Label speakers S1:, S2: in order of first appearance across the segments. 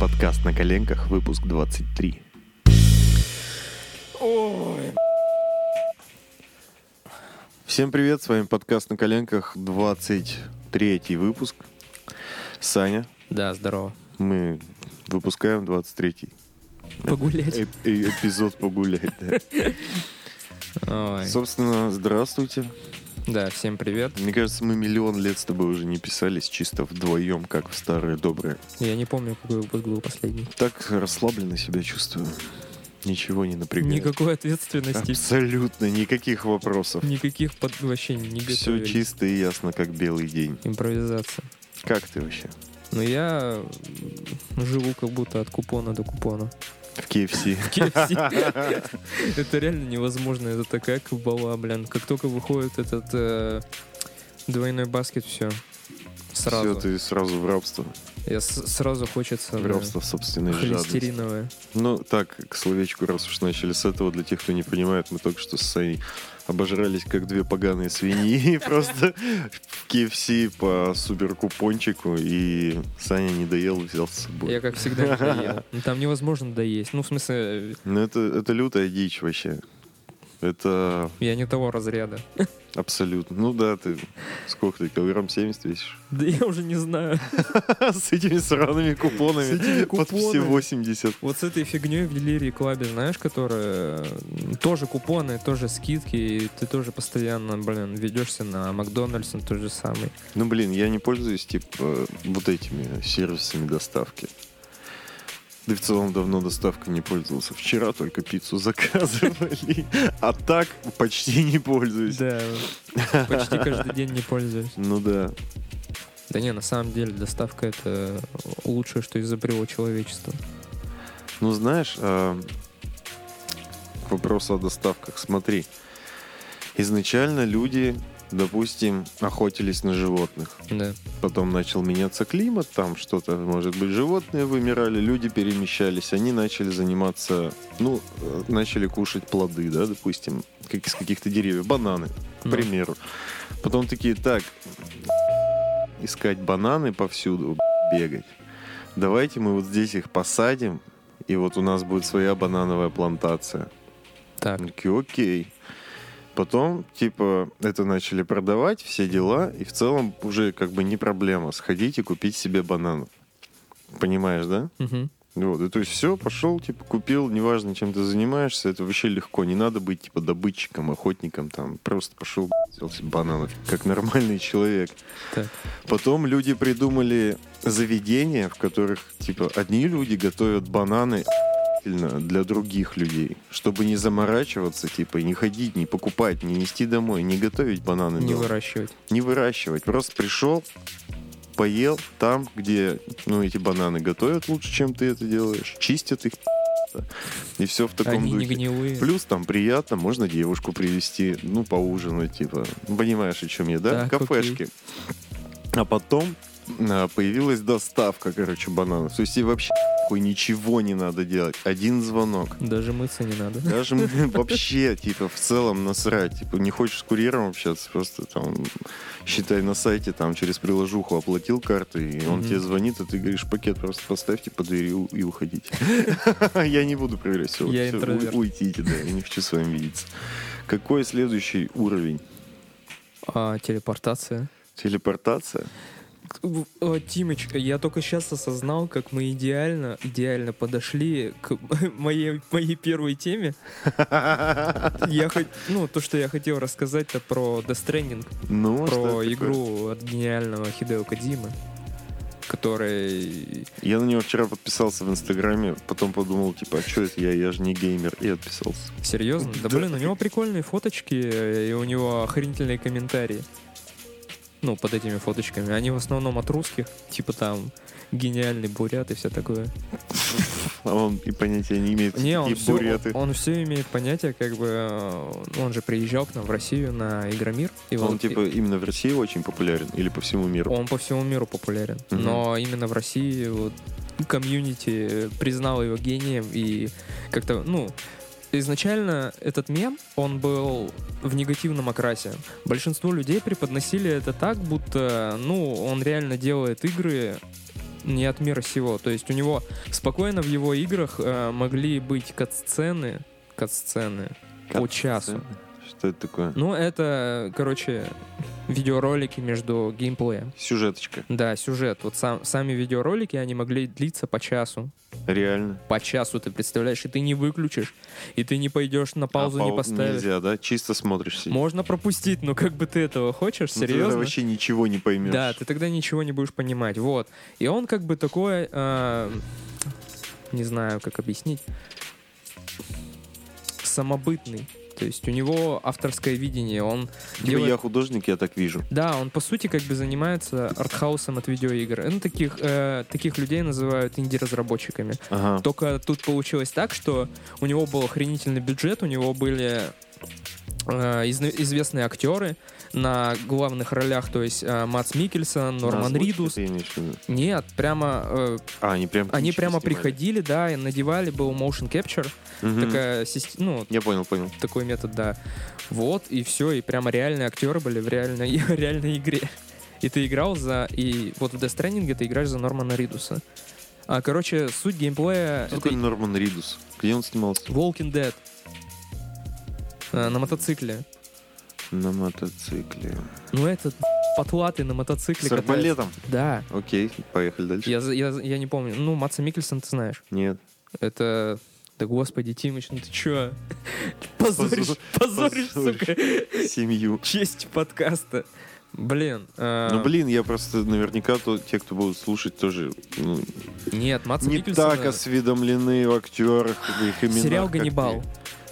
S1: Подкаст на коленках, выпуск 23. Всем привет, с вами подкаст на коленках, 23 выпуск. Саня,
S2: Да, здорово.
S1: мы выпускаем 23
S2: Погулять.
S1: эп- э- эпизод погулять. да.
S2: Ой.
S1: Собственно, здравствуйте.
S2: Да, всем привет.
S1: Мне кажется, мы миллион лет с тобой уже не писались чисто вдвоем, как в старые добрые.
S2: Я не помню, какой выпуск был последний.
S1: Так расслабленно себя чувствую. Ничего не напрягает.
S2: Никакой ответственности,
S1: Абсолютно никаких вопросов.
S2: никаких под... вообще не
S1: Все
S2: готовили.
S1: чисто и ясно, как белый день.
S2: Импровизация.
S1: Как ты вообще?
S2: Но я м, живу как будто от купона до купона.
S1: В KFC.
S2: В KFC. Это реально невозможно. Это такая кабала, блин. Как только выходит этот э, двойной баскет, все.
S1: Все,
S2: Сразу.
S1: ты сразу в рабство.
S2: Я с- сразу хочется
S1: В
S2: да,
S1: рабство собственной жадности.
S2: холестериновое.
S1: Ну, так, к словечку, раз уж начали с этого, для тех, кто не понимает, мы только что с Саней обожрались, как две поганые свиньи, и просто в KFC по суперкупончику, и Саня не доел, взял с собой.
S2: Я, как всегда, не доел. Ну, Там невозможно доесть. Ну, в смысле,
S1: Ну, это, это лютая дичь вообще. Это
S2: я не того разряда.
S1: абсолютно... Ну да, ты сколько ты, килограмм 70 весишь?
S2: Да я уже не знаю.
S1: С этими сраными купонами.
S2: С этими
S1: под все
S2: купонами.
S1: 80.
S2: Вот с этой фигней в Лилирии Клабе, знаешь, которая э, тоже купоны, тоже скидки, и ты тоже постоянно, блин, ведешься на Макдональдс, на тот же самый.
S1: Ну, блин, я не пользуюсь, типа, вот этими сервисами доставки. Да и в целом давно доставкой не пользовался. Вчера только пиццу заказывали, а так почти не пользуюсь.
S2: Да, почти каждый день не пользуюсь.
S1: Ну да.
S2: Да не, на самом деле доставка это лучшее, что изобрело человечество.
S1: Ну, знаешь, а, к вопросу о доставках. Смотри, изначально люди, допустим, охотились на животных.
S2: Да.
S1: Потом начал меняться климат, там что-то, может быть, животные вымирали, люди перемещались, они начали заниматься, ну, э, начали кушать плоды, да, допустим, как из каких-то деревьев, бананы, к
S2: Ну.
S1: примеру. Потом такие, так, искать бананы повсюду, бегать. Давайте мы вот здесь их посадим, и вот у нас будет своя банановая плантация.
S2: Так.
S1: Они такие, окей. Потом, типа, это начали продавать, все дела, и в целом уже как бы не проблема сходить и купить себе бананов. Понимаешь, да?
S2: Мгм.
S1: Вот, и то есть все, пошел, типа, купил, неважно, чем ты занимаешься, это вообще легко, не надо быть, типа, добытчиком, охотником, там, просто пошел, взял себе бананов, как нормальный человек.
S2: Так.
S1: Потом люди придумали заведения, в которых, типа, одни люди готовят бананы охуительно для других людей, чтобы не заморачиваться, типа, и не ходить, не покупать, не нести домой, не готовить бананы
S2: Не
S1: дома
S2: выращивать.
S1: не выращивать. Просто пришел, поел там, где ну, эти бананы готовят лучше, чем ты это делаешь. Чистят их. И все в таком
S2: Они не
S1: духе.
S2: гнилые.
S1: Плюс там приятно, можно девушку привести, ну, поужинать, типа. Ну, Понимаешь, о чем я, да?
S2: Так,
S1: Кафешки. А потом а, появилась доставка, короче, бананов. То есть и вообще хуй ничего не надо делать. Один звонок.
S2: Даже мыться не надо.
S1: Даже м, вообще, типа, в целом насрать. Типа, не хочешь с курьером общаться, просто там, считай, на сайте, там, через приложуху оплатил карты, и он
S2: Мгм.
S1: тебе звонит, и ты говоришь, пакет просто поставьте под дверь и у- и уходите. Я не буду проверять все.
S2: Я интроверт.
S1: Уйдите, да, я не хочу с вами видеться. Какой следующий уровень?
S2: А, телепортация.
S1: Телепортация?
S2: В- о, Тимыч, я только сейчас осознал, как мы идеально, идеально подошли к моей, моей первой теме. Я хот- ну, то, что я хотел рассказать-то про Death Stranding,
S1: Ну, что
S2: про
S1: это такое?
S2: игру от гениального Хидео Кадзимы, который...
S1: Я на него вчера подписался в Инстаграме, потом подумал, типа, а что это я, я же не геймер, и отписался.
S2: Серьезно? Да,
S1: Да.
S2: блин, у него прикольные фоточки, э, и у него охренительные комментарии. Ну, под этими фоточками. Они в основном от русских, типа там гениальный бурят и все такое.
S1: А он и понятия не имеет,
S2: Не, он
S1: какие а
S2: все,
S1: буреты.
S2: он все имеет понятие, как бы э, он же приезжал к нам в Россию на Игромир, и
S1: Он
S2: вот-
S1: типа именно в России очень популярен или по всему
S2: и
S1: миру?
S2: он по всему миру популярен,
S1: Мгм.
S2: но именно в России вот комьюнити признал его гением и как-то, ну, изначально этот мем, он был в негативном окрасе. Большинство людей преподносили это так, будто, ну, он реально делает игры не от мира сего. То есть у него спокойно в его играх э, могли быть кат-сцены, кат-сцены по часу.
S1: Что это такое?
S2: Ну, это, короче, видеоролики между геймплеем.
S1: Сюжеточка.
S2: Да, сюжет. Вот сам, сами видеоролики, они могли длиться по часу.
S1: Реально.
S2: По часу ты представляешь, и ты не выключишь, и ты не пойдешь на
S1: А
S2: паузу,
S1: пау-
S2: не поставишь.
S1: Нельзя, да? Чисто смотришь сидишь.
S2: Можно пропустить, но как бы ты этого хочешь,
S1: Ну, ты тогда
S2: серьезно?
S1: вообще ничего не поймешь.
S2: Да, ты тогда ничего не будешь понимать. Вот. И он как бы такое... э, не знаю, как объяснить. Самобытный. То есть у него авторское видение. Он
S1: Типа,
S2: делает...
S1: я художник, я так вижу.
S2: Да, он по сути как бы занимается артхаусом от видеоигр. Ну, таких, э, таких людей называют инди-разработчиками.
S1: Ага.
S2: Только тут получилось так, что у него был охренительный бюджет, у него были э, изн- известные актеры на главных ролях, то есть э, Мац Микельсон,
S1: На
S2: Норман
S1: озвучке
S2: Ридус.
S1: ты имеешь в виду?
S2: Нет, прямо э,
S1: А, они прям
S2: они
S1: птички
S2: прямо
S1: снимали.
S2: приходили, да, и надевали был motion capture,
S1: Мгм.
S2: такая сист- ну
S1: Я понял, понял.
S2: такой метод, да. Вот и все, и прямо реальные актеры были в реальной реальной игре. И ты играл за и вот в Death Stranding ты играешь за Нормана Ридуса. А, короче, суть геймплея
S1: Кто
S2: это
S1: такой Норман Ридус? Где он снимался?
S2: Walking Dead. Э, На мотоцикле.
S1: На мотоцикле.
S2: Ну, этот потлатый на мотоцикле.
S1: С
S2: катается.
S1: арбалетом.
S2: Да.
S1: Окей, поехали дальше.
S2: Я, за- я, за- я не помню. Ну, Матса Микельсон ты знаешь.
S1: Нет.
S2: Это... Да господи, Тимыч, ну ты чё? Позоришь, позоришь, сука,
S1: Семью.
S2: честь подкаста. Блин. э,
S1: Ну блин, я просто наверняка то, те, кто будут слушать, тоже ну,
S2: Нет, Матса
S1: не
S2: Миккельсона-
S1: так осведомлены в актерах, в их именах.
S2: Сериал
S1: как ты.
S2: «Ганнибал».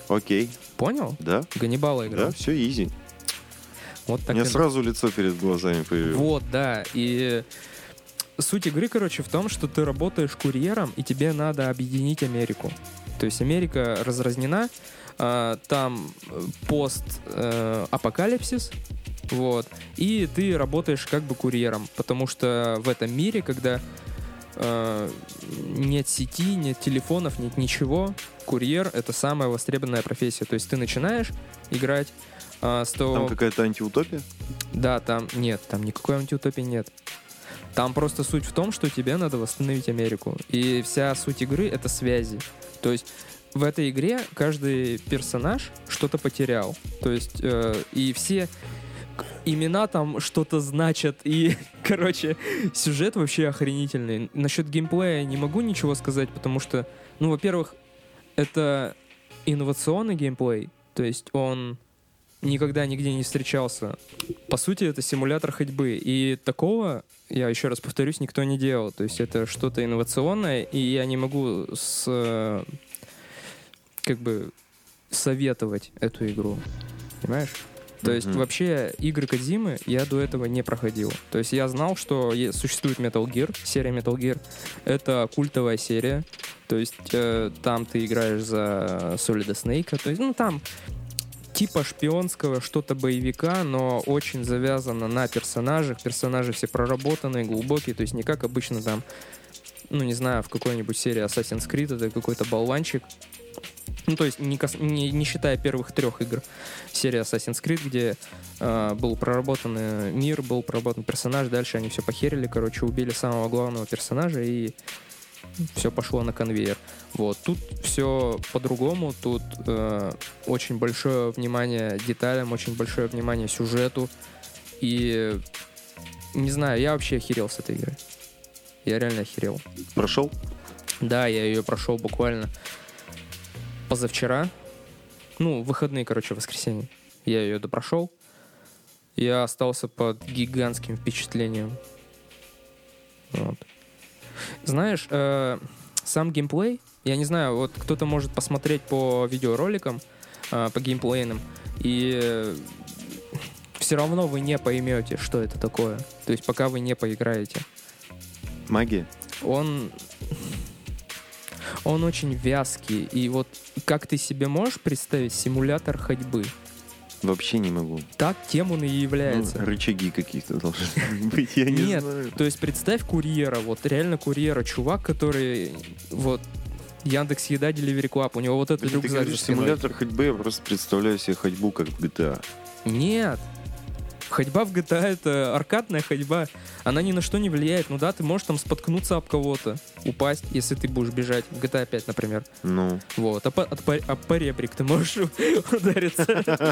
S1: Окей,
S2: Понял?
S1: да,
S2: Ганнибала играл.
S1: да, все изи.
S2: Вот
S1: У
S2: так.
S1: меня
S2: и-
S1: сразу лицо перед глазами появилось.
S2: Вот, да. И суть игры, короче, в том, что ты работаешь курьером, и тебе надо объединить Америку. То есть Америка разразнена, а, там пост-апокалипсис, вот, и ты работаешь как бы курьером, потому что в этом мире, когда э, нет сети, нет телефонов, нет ничего, курьер — это самая востребованная профессия. То есть ты начинаешь играть а, с того...
S1: Там какая-то антиутопия?
S2: Да, там нет, там никакой антиутопии нет. Там просто суть в том, что тебе надо восстановить Америку. И вся суть игры — это связи. То есть в этой игре каждый персонаж что-то потерял. То есть э, и все к- имена там что-то значат. И, короче, сюжет вообще охренительный. Насчет геймплея я не могу ничего сказать, потому что, ну, во-первых, это инновационный геймплей. То есть он никогда нигде не встречался. По сути, это симулятор ходьбы. И такого, я еще раз повторюсь, никто не делал. То есть это что-то инновационное, и я не могу с... э, как бы советовать эту игру. Понимаешь? То есть
S1: Мгм.
S2: вообще игры Кадзимы я до этого не проходил. То есть я знал, что е- существует Metal Gear, серия Metal Gear. Это культовая серия. То есть э, там ты играешь за Солида Снейка. То есть, ну там типа шпионского что-то боевика, но очень завязано на персонажах. Персонажи все проработанные, глубокие, то есть не как обычно там, ну не знаю, в какой-нибудь серии Assassin's Creed это какой-то болванчик. Ну то есть не, кос- не- не считая первых трех игр серии Assassin's Creed, где э, был проработан э, мир, был проработан персонаж, дальше они все похерили, короче, убили самого главного персонажа и все пошло на конвейер. Вот, тут все по-другому, тут э, очень большое внимание деталям, очень большое внимание сюжету. И не знаю, я вообще охерел с этой игры. Я реально охерел.
S1: Прошел?
S2: Да, я ее прошел буквально позавчера. Ну, выходные, короче, воскресенье. Я ее допрошел. Я остался под гигантским впечатлением. Вот. Знаешь, э, сам геймплей, я не знаю, вот кто-то может посмотреть по видеороликам, э, по геймплейным, и все равно вы не поймете, что это такое. То есть пока вы не поиграете
S1: Магия?
S2: он он очень вязкий. И вот как ты себе можешь представить симулятор ходьбы?
S1: Вообще не могу.
S2: Так тем он и
S1: Ну, э,
S2: является.
S1: рычаги какие-то должны быть, я не
S2: Нет.
S1: знаю.
S2: То есть представь курьера, вот реально курьера, чувак, который вот Яндекс Еда, Delivery Club, у него вот этот
S1: Ты
S2: рюкзак за
S1: говоришь
S2: спиной.
S1: симулятор ходьбы, я просто представляю себе ходьбу как в GTA.
S2: Нет, Ходьба в GTA — это аркадная ходьба. Она ни на что не влияет. Ну да, ты можешь там споткнуться об кого-то, упасть, если ты будешь бежать. В GTA 5, например.
S1: Ну,
S2: Вот. А по, от по- об поребрик ты можешь удариться.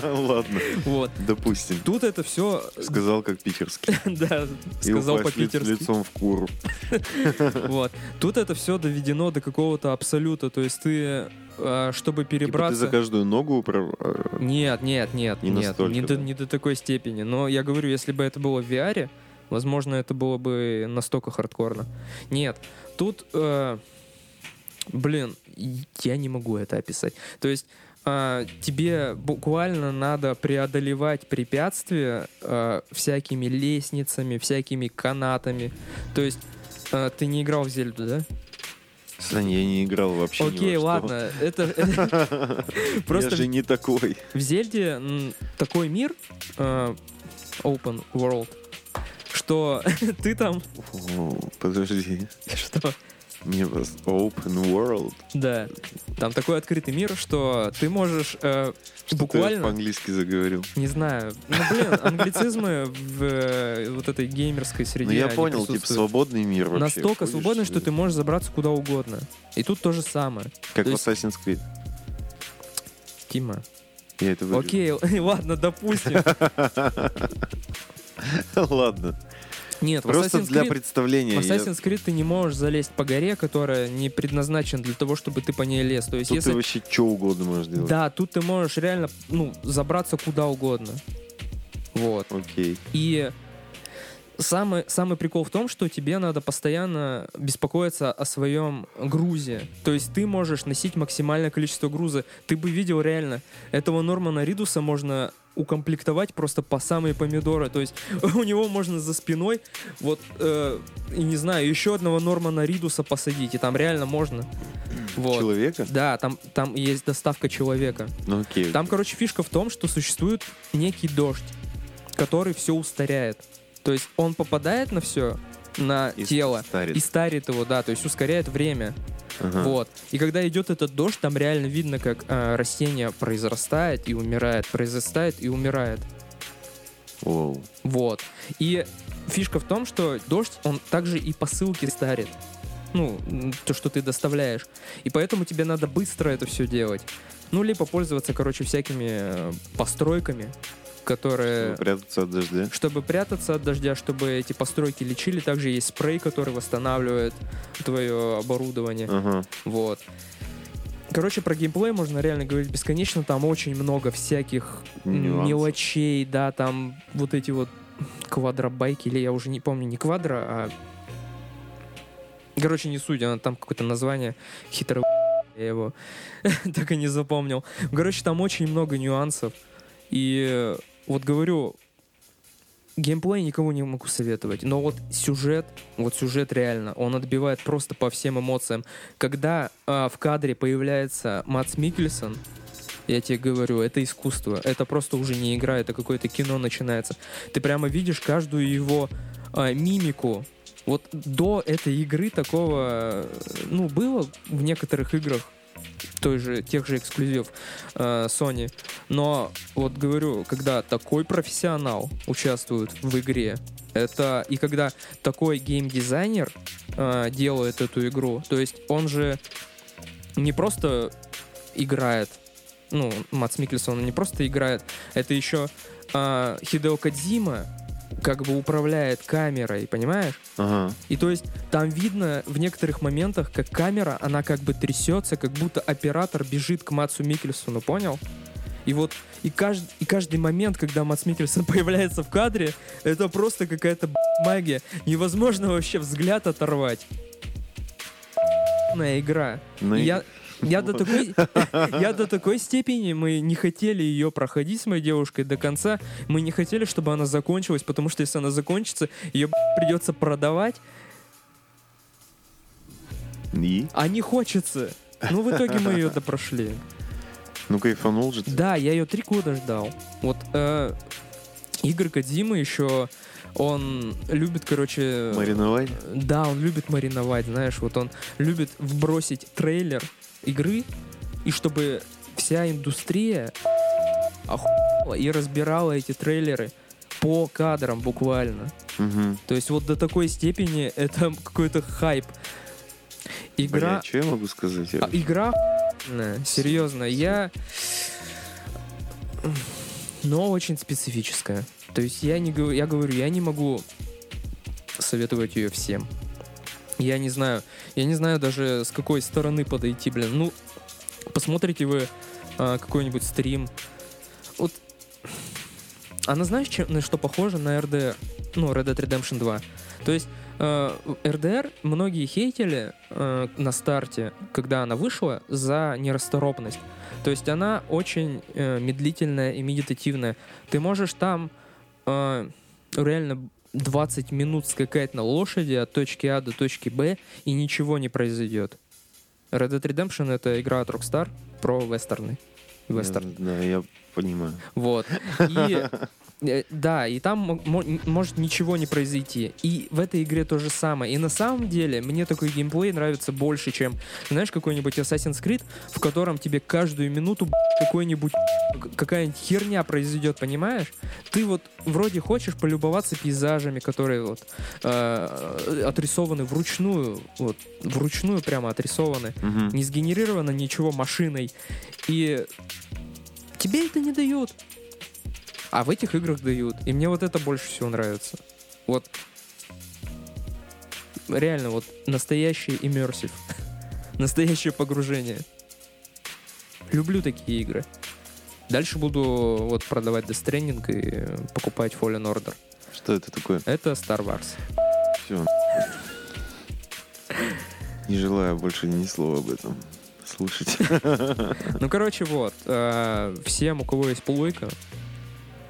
S1: ладно,
S2: Вот.
S1: допустим.
S2: Тут это все...
S1: Сказал как питерский.
S2: Да,
S1: И
S2: сказал
S1: упасть ли-
S2: по-питерски.
S1: лицом в куру. Типа
S2: Вот. Тут это все доведено до какого-то абсолюта. То есть ты, э, чтобы
S1: Типа ты за
S2: перебраться...
S1: каждую ногу управ- э,
S2: Нет, нет, нет,
S1: Не
S2: нет.
S1: настолько,
S2: не, до,
S1: да.
S2: не до такой степени. Но я говорю, если бы это было в VR, возможно, это было бы настолько хардкорно. Нет, тут... э, блин, я не могу это описать. То есть... э, тебе буквально надо преодолевать препятствия э, всякими лестницами, всякими канатами. То есть э, ты не играл в Зельду, да?
S1: Сань, я не играл вообще ни во
S2: Окей,
S1: что.
S2: ладно. Это, это
S1: Я
S2: просто
S1: же не такой.
S2: в Зельде м, такой мир э, open world, что ты там
S1: О, Подожди.
S2: что?
S1: Мне просто open world.
S2: Да, там такой открытый мир, что ты можешь э,
S1: Что ты
S2: буквально
S1: по-английски заговорил.
S2: не знаю, ну блин, англицизмы в э, вот этой геймерской среде.
S1: Ну я
S2: они
S1: понял, типа
S2: присутствуют.
S1: свободный мир вообще.
S2: Настолько
S1: ходишь, э,
S2: свободно, что ты можешь забраться куда угодно. И тут то же самое.
S1: Как
S2: то
S1: в
S2: есть-
S1: Assassin's Creed.
S2: Тима.
S1: Я это вырежу.
S2: Окей, ладно, допустим.
S1: Ладно.
S2: Нет, в
S1: Просто
S2: Assassin's
S1: для
S2: Creed-
S1: представления.
S2: В
S1: я-
S2: Assassin's Creed ты не можешь залезть по горе, которая не предназначена для того, чтобы ты по ней лез. То есть,
S1: Тут ты
S2: если...
S1: вообще что угодно можешь делать.
S2: Да, тут ты можешь реально ну, забраться куда угодно. Вот.
S1: Окей.
S2: И самый, самый прикол в том, что тебе надо постоянно беспокоиться о своем грузе. То есть ты можешь носить максимальное количество груза. Ты бы видел реально, этого Нормана Ридуса можно укомплектовать просто по самые помидоры. То есть у него можно за спиной вот, э, и не знаю, еще одного Нормана Ридуса посадить. И там реально можно. Вот.
S1: Человека?
S2: Да, там, там есть доставка человека.
S1: Ну окей.
S2: Там, короче, фишка в том, что существует некий дождь, который все устаряет. То есть он попадает на все, на
S1: И
S2: тело,
S1: старит.
S2: и старит его, да, то есть ускоряет время.
S1: Ага.
S2: Вот. И когда идет этот дождь, там реально видно, как э, растение произрастает и умирает, произрастает и умирает.
S1: Воу.
S2: Вот. И фишка в том, что дождь, он также и посылки старит. Ну, м, то, что ты доставляешь. И поэтому тебе надо быстро это все делать. Ну, либо пользоваться, короче, всякими э, постройками, которые...
S1: Чтобы Ну, Прятаться от дождя.
S2: Чтобы прятаться от дождя, чтобы эти постройки лечили, также есть спрей, который восстанавливает твое оборудование.
S1: Ага.
S2: Вот. Короче, про геймплей можно реально говорить бесконечно. Там очень много всяких
S1: Нюансов.
S2: мелочей, да, там вот эти вот квадробайки, или я уже не помню, не квадро, а... Короче, не суть, она там какое-то название хитро я его так и не запомнил. Короче, там очень много нюансов. И э, вот говорю, геймплей никому не могу советовать. Но вот сюжет, вот сюжет реально, он отбивает просто по всем эмоциям. Когда а, в кадре появляется Мац Микельсон, я тебе говорю, это искусство. Это просто уже не игра, это какое-то кино начинается. Ты прямо видишь каждую его а, мимику. Вот до этой игры такого, э, ну, было в некоторых играх той же, тех же эксклюзивов э, Sony. Но вот говорю, когда такой профессионал участвует в игре, это и когда такой геймдизайнер э, делает эту игру, то есть он же не просто играет, ну, Мац Микельсон он не просто играет, это еще э, Хидео Кадзима как бы управляет камерой, понимаешь?
S1: Ага.
S2: И то есть там видно в некоторых моментах, как камера, она как бы трясется, как будто оператор бежит к Мацу Микельсону, понял? И вот и, кажд, и каждый момент, когда Мац Микельсон появляется в кадре, это просто какая-то б***ь, магия. Невозможно вообще взгляд оторвать. Б***ная игра.
S1: Ну
S2: И
S1: и-
S2: я, я, до такой, я до такой степени, мы не хотели ее проходить с моей девушкой до конца. Мы не хотели, чтобы она закончилась, потому что если она закончится, ее придется продавать,
S1: И?
S2: а не хочется. Ну, в итоге мы ее допрошли.
S1: Ну кайфанул же ты.
S2: Да, я ее три года ждал. Вот э, Игорь Кадзима еще, он любит, короче...
S1: Мариновать?
S2: Да, он любит мариновать, знаешь, вот он любит вбросить трейлер игры, и чтобы вся индустрия охуела и разбирала эти трейлеры. по кадрам буквально.
S1: Мгм.
S2: То есть вот до такой степени это какой-то хайп. Игра...
S1: Бля, что А я могу сказать? Я-
S2: а, игра охуенная, серьезно. Я... Но очень специфическая. То есть я, не, гов- я говорю, я не могу советовать ее всем. Я не знаю. Я не знаю даже, с какой стороны подойти, блин. Ну, посмотрите вы а, какой-нибудь стрим. Вот... Она знаешь, чем- на что похожа? На RDR. Ну, Red Dead Redemption 2. То есть э, RDR многие хейтили э, на старте, когда она вышла, за нерасторопность. То есть она очень э, медлительная и медитативная. Ты можешь там э, реально 20 минут скакать на лошади от точки А до точки Б, и ничего не произойдет. Red Dead Redemption — это игра от Rockstar про вестерны. Вестерн.
S1: Да, Да, я понимаю.
S2: Вот. И, э, да, и там мо- мо- может ничего не произойти. И в этой игре то же самое. И на самом деле мне такой геймплей нравится больше, чем, знаешь, какой-нибудь Assassin's Creed, в котором тебе каждую минуту б***, какой-нибудь к- какая-нибудь херня произойдет, понимаешь? Ты вот вроде хочешь полюбоваться пейзажами, которые вот э, отрисованы вручную, вот вручную прямо отрисованы
S1: Мгм.
S2: не сгенерировано ничего машиной. И тебе это не дают. А в этих играх дают. И мне вот это больше всего нравится. Вот. Реально, вот настоящий иммерсив. Настоящее погружение. Люблю такие игры. Дальше буду вот продавать Death Stranding и э, покупать Fallen Order.
S1: Что это такое?
S2: Это Star Wars.
S1: Все. Не желаю больше ни слова об этом слышать.
S2: Ну, короче, вот. э, Всем, у кого есть плойка,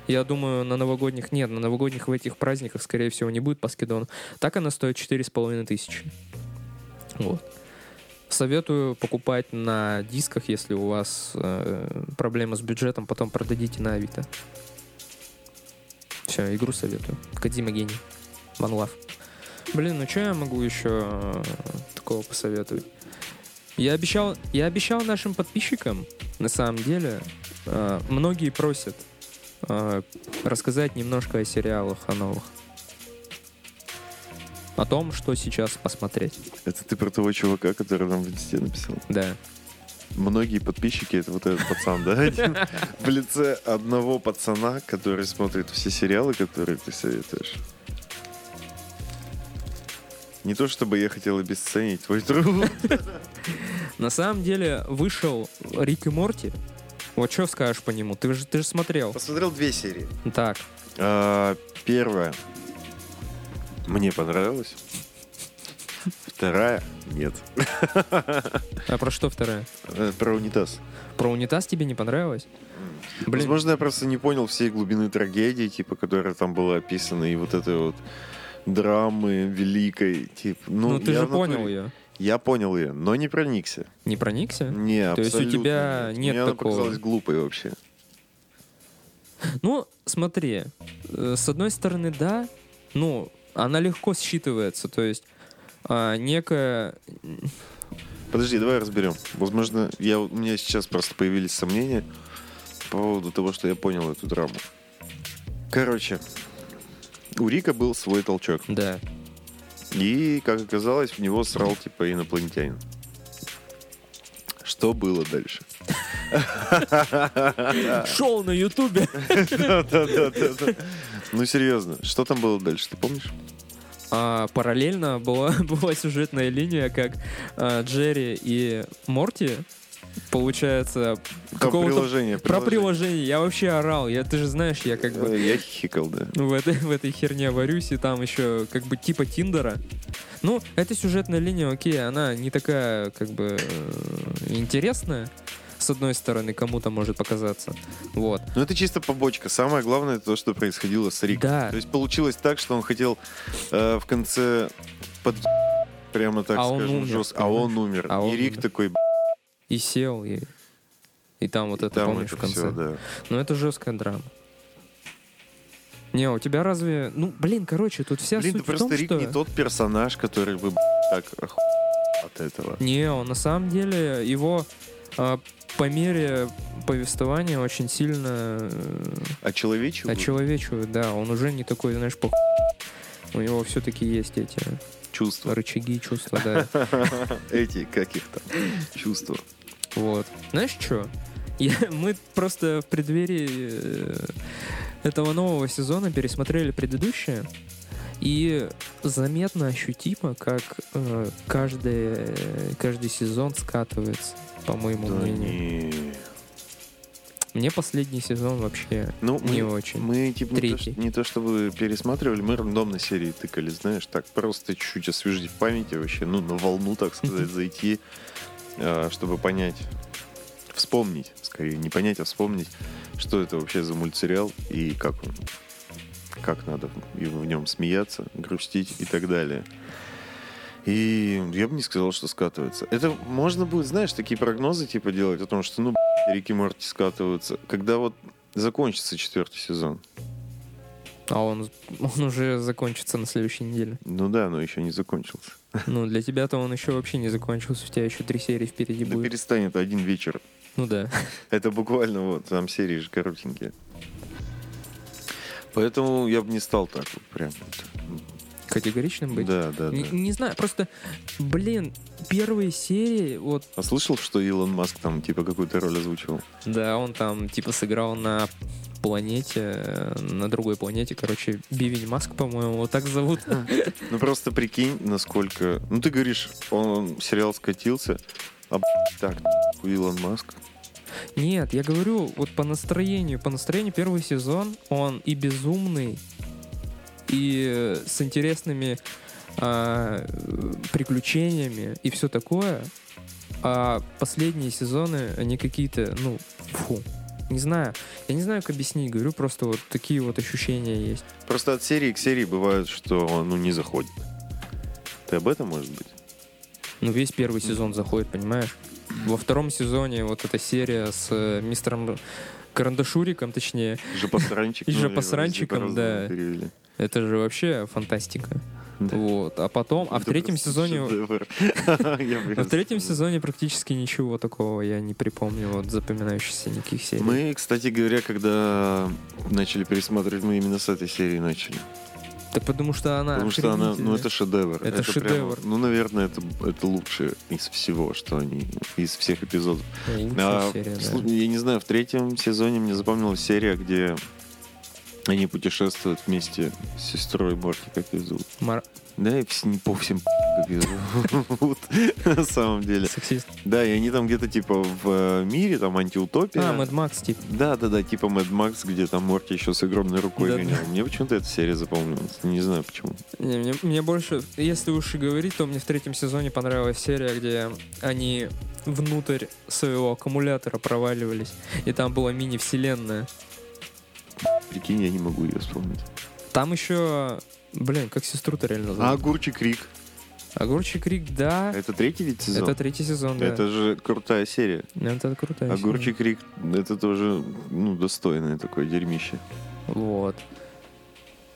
S2: я думаю, на новогодних... Нет, на новогодних в этих праздниках, скорее всего, не будет Паскидон. Так она стоит 4,5 тысячи. Вот. Советую покупать на дисках, если у вас э, проблема с бюджетом, потом продадите на Авито. Все, игру советую. Кадима гений. One love. Блин, ну что я могу еще э, такого посоветовать? Я обещал, я обещал нашим подписчикам, на самом деле, э, многие просят э, рассказать немножко о сериалах, о новых. О том, что сейчас посмотреть.
S1: Это ты про того чувака, который нам в инсте написал.
S2: Да.
S1: Многие подписчики это вот этот пацан, да? Один? В лице одного пацана, который смотрит все сериалы, которые ты советуешь. Не то чтобы я хотел обесценить твой труд.
S2: На самом деле вышел Рик и Морти. Вот что скажешь по нему? Ты же, ты же смотрел.
S1: Посмотрел две серии.
S2: Так,
S1: А, Первая. Мне понравилась. Вторая. Нет.
S2: а про что вторая?
S1: Э, Про унитаз.
S2: Про унитаз тебе не понравилось? Блин,
S1: Возможно, я просто не понял всей глубины трагедии, типа, которая там была описана, и вот этой вот драмы великой, типа, ну,
S2: ну, ты
S1: я
S2: же
S1: в натуре-
S2: понял ее.
S1: Я понял ее, но не проникся.
S2: Не проникся?
S1: Не,
S2: То есть у
S1: абсолютно
S2: тебя нет
S1: Мне она
S2: такого?
S1: показалась глупой вообще.
S2: Ну, смотри, э, с одной стороны, да, ну, она легко считывается, то есть а, некая...
S1: Подожди, давай разберем. Возможно, я, у меня сейчас просто появились сомнения по поводу того, что я понял эту драму. Короче, у Рика был свой толчок.
S2: Да.
S1: И, как оказалось, в него срал типа инопланетянин. Что было дальше?
S2: Шоу на Ютубе.
S1: Да-да-да-да-да. Ну серьезно, что там было дальше, ты помнишь?
S2: А, параллельно была, была сюжетная линия, как а, Джерри и Морти, получается,
S1: Там
S2: какого-то...
S1: приложение.
S2: Про приложение. Я вообще орал. Я, ты же знаешь, я как бы...
S1: Э, Я хихикал, да.
S2: Ну, в этой, в этой херне варюсь, и там еще как бы типа Тиндера. Ну, эта сюжетная линия, окей, она не такая как бы э, интересная, с одной стороны, кому-то может показаться. Вот.
S1: Ну это чисто побочка. Самое главное это то, что происходило с Риком.
S2: Да.
S1: То есть получилось так, что он хотел э, в конце под прямо так
S2: А он
S1: скажем
S2: умер,
S1: жестко. А
S2: понимаешь?
S1: он умер.
S2: А он
S1: И Рик
S2: умер.
S1: такой. «Б***ь,
S2: И сел, и, и там вот это,
S1: там
S2: помнишь,
S1: это
S2: в конце.
S1: все, да.
S2: Но это жесткая драма. Не, у тебя разве... Ну, блин, короче, тут вся
S1: Блин, да
S2: суть в
S1: просто
S2: том,
S1: Рик
S2: что...
S1: не тот персонаж, который бы б***ь, так оху- от этого.
S2: Не, он на самом деле его а, по мере повествования очень сильно э,
S1: А человечего?
S2: очеловечивают, да. Он уже не такой, знаешь, пох... У него все-таки есть эти
S1: Чувства.
S2: рычаги, чувства, да.
S1: Эти, как их там? Чувства.
S2: Вот. Знаешь что? мы просто в преддверии э, этого нового сезона пересмотрели предыдущие. И заметно ощутимо, как э, каждый, каждый сезон скатывается, по моему
S1: Да
S2: мнению.
S1: не.
S2: Мне последний сезон вообще
S1: Ну,
S2: не
S1: мы,
S2: очень.
S1: мы типа, не то,
S2: Третий.
S1: ш- не то чтобы пересматривали, мы рандомно серии тыкали, знаешь, так просто чуть-чуть освежить в памяти вообще, ну, на волну, так сказать, зайти, а, чтобы понять, вспомнить, скорее, не понять, а вспомнить, что это вообще за мультсериал и как он, как надо и в нем смеяться, грустить и так далее. И я бы не сказал, что скатывается. Это можно будет, знаешь, такие прогнозы типа делать о том, что, ну, б***ь, Рик и Морти скатываются. Когда вот закончится четвертый сезон.
S2: А он, он уже закончится на следующей неделе.
S1: Ну да, но еще не закончился.
S2: Ну, для тебя-то он еще вообще не закончился. У тебя еще три серии впереди
S1: Да
S2: будет.
S1: перестань, это один вечер.
S2: Ну да.
S1: Это буквально вот, там серии же коротенькие. Поэтому я бы не стал так вот прям. вот.
S2: Категоричным быть.
S1: Да, да, да.
S2: Не, не знаю, просто, блин, первые серии, вот,
S1: А слышал, что Илон Маск там типа какую-то роль озвучивал?
S2: да, он там, типа, сыграл на планете, э, на другой планете, короче, Бивень Маск, по-моему, вот так зовут.
S1: Ну просто прикинь, насколько... Ну ты говоришь, он, он сериал скатился, а б***ь, так, Илон Маск.
S2: Нет, я говорю, вот по настроению, по настроению первый сезон, он и безумный, и э, с интересными а, э, приключениями, и все такое, а последние сезоны, они какие-то, ну, фу, не знаю, я не знаю, как объяснить, говорю, просто вот такие вот ощущения есть.
S1: Просто от серии к серии бывает, что ну не заходит. Ты об этом, может быть?
S2: Ну, весь первый сезон заходит, понимаешь? Во втором сезоне вот эта серия с э, мистером Карандашуриком, точнее,
S1: Жопосранчик.
S2: И
S1: ну, или его
S2: жопосранчиком,
S1: по-разному
S2: да.
S1: перевели.
S2: это же вообще фантастика.
S1: Да.
S2: Вот. А потом, а в
S1: Это
S2: третьем
S1: просто
S2: сезоне...
S1: шедевр. Я бы
S2: а в третьем
S1: сказал.
S2: сезоне практически ничего такого я не припомню, вот запоминающихся никаких серий.
S1: Мы, кстати говоря, когда начали пересматривать, мы именно с этой серии начали.
S2: Да потому что она
S1: Потому что она, ну, это
S2: охренительная.
S1: шедевр.
S2: А, Это
S1: прям,
S2: шедевр.
S1: ну, наверное, это, это лучшее из всего, что они, из всех эпизодов.
S2: Э, лучшая
S1: А,
S2: серия, да.
S1: слу- Я не знаю, в третьем сезоне мне запомнилась серия, где они путешествуют вместе с сестрой Борти, как ее зовут.
S2: Мар-
S1: Да, и вс- не по всем как ее зовут, на самом деле.
S2: Сексист.
S1: Да, и они там где-то типа в э, мире, там антиутопия.
S2: А, Мэд Макс, типа.
S1: Да, да, да, типа Мэд Макс, где там Морти еще с огромной рукой
S2: Да,
S1: гонял. Мне почему-то эта серия запомнилась. Не знаю почему.
S2: Не, мне, мне больше, если уж и говорить, то мне в третьем сезоне понравилась серия, где они внутрь своего аккумулятора проваливались, и там была мини-вселенная.
S1: Прикинь, я не могу ее вспомнить.
S2: Там еще, блин, как сестру-то реально
S1: А
S2: зовут.
S1: Огурчик Рик.
S2: Огурчик Рик, да,
S1: Это третий ведь сезон?
S2: это третий сезон, да.
S1: Это же крутая серия.
S2: Это крутая серия.
S1: Огурчик Рик, это тоже, ну, достойное такое дерьмище.
S2: Вот.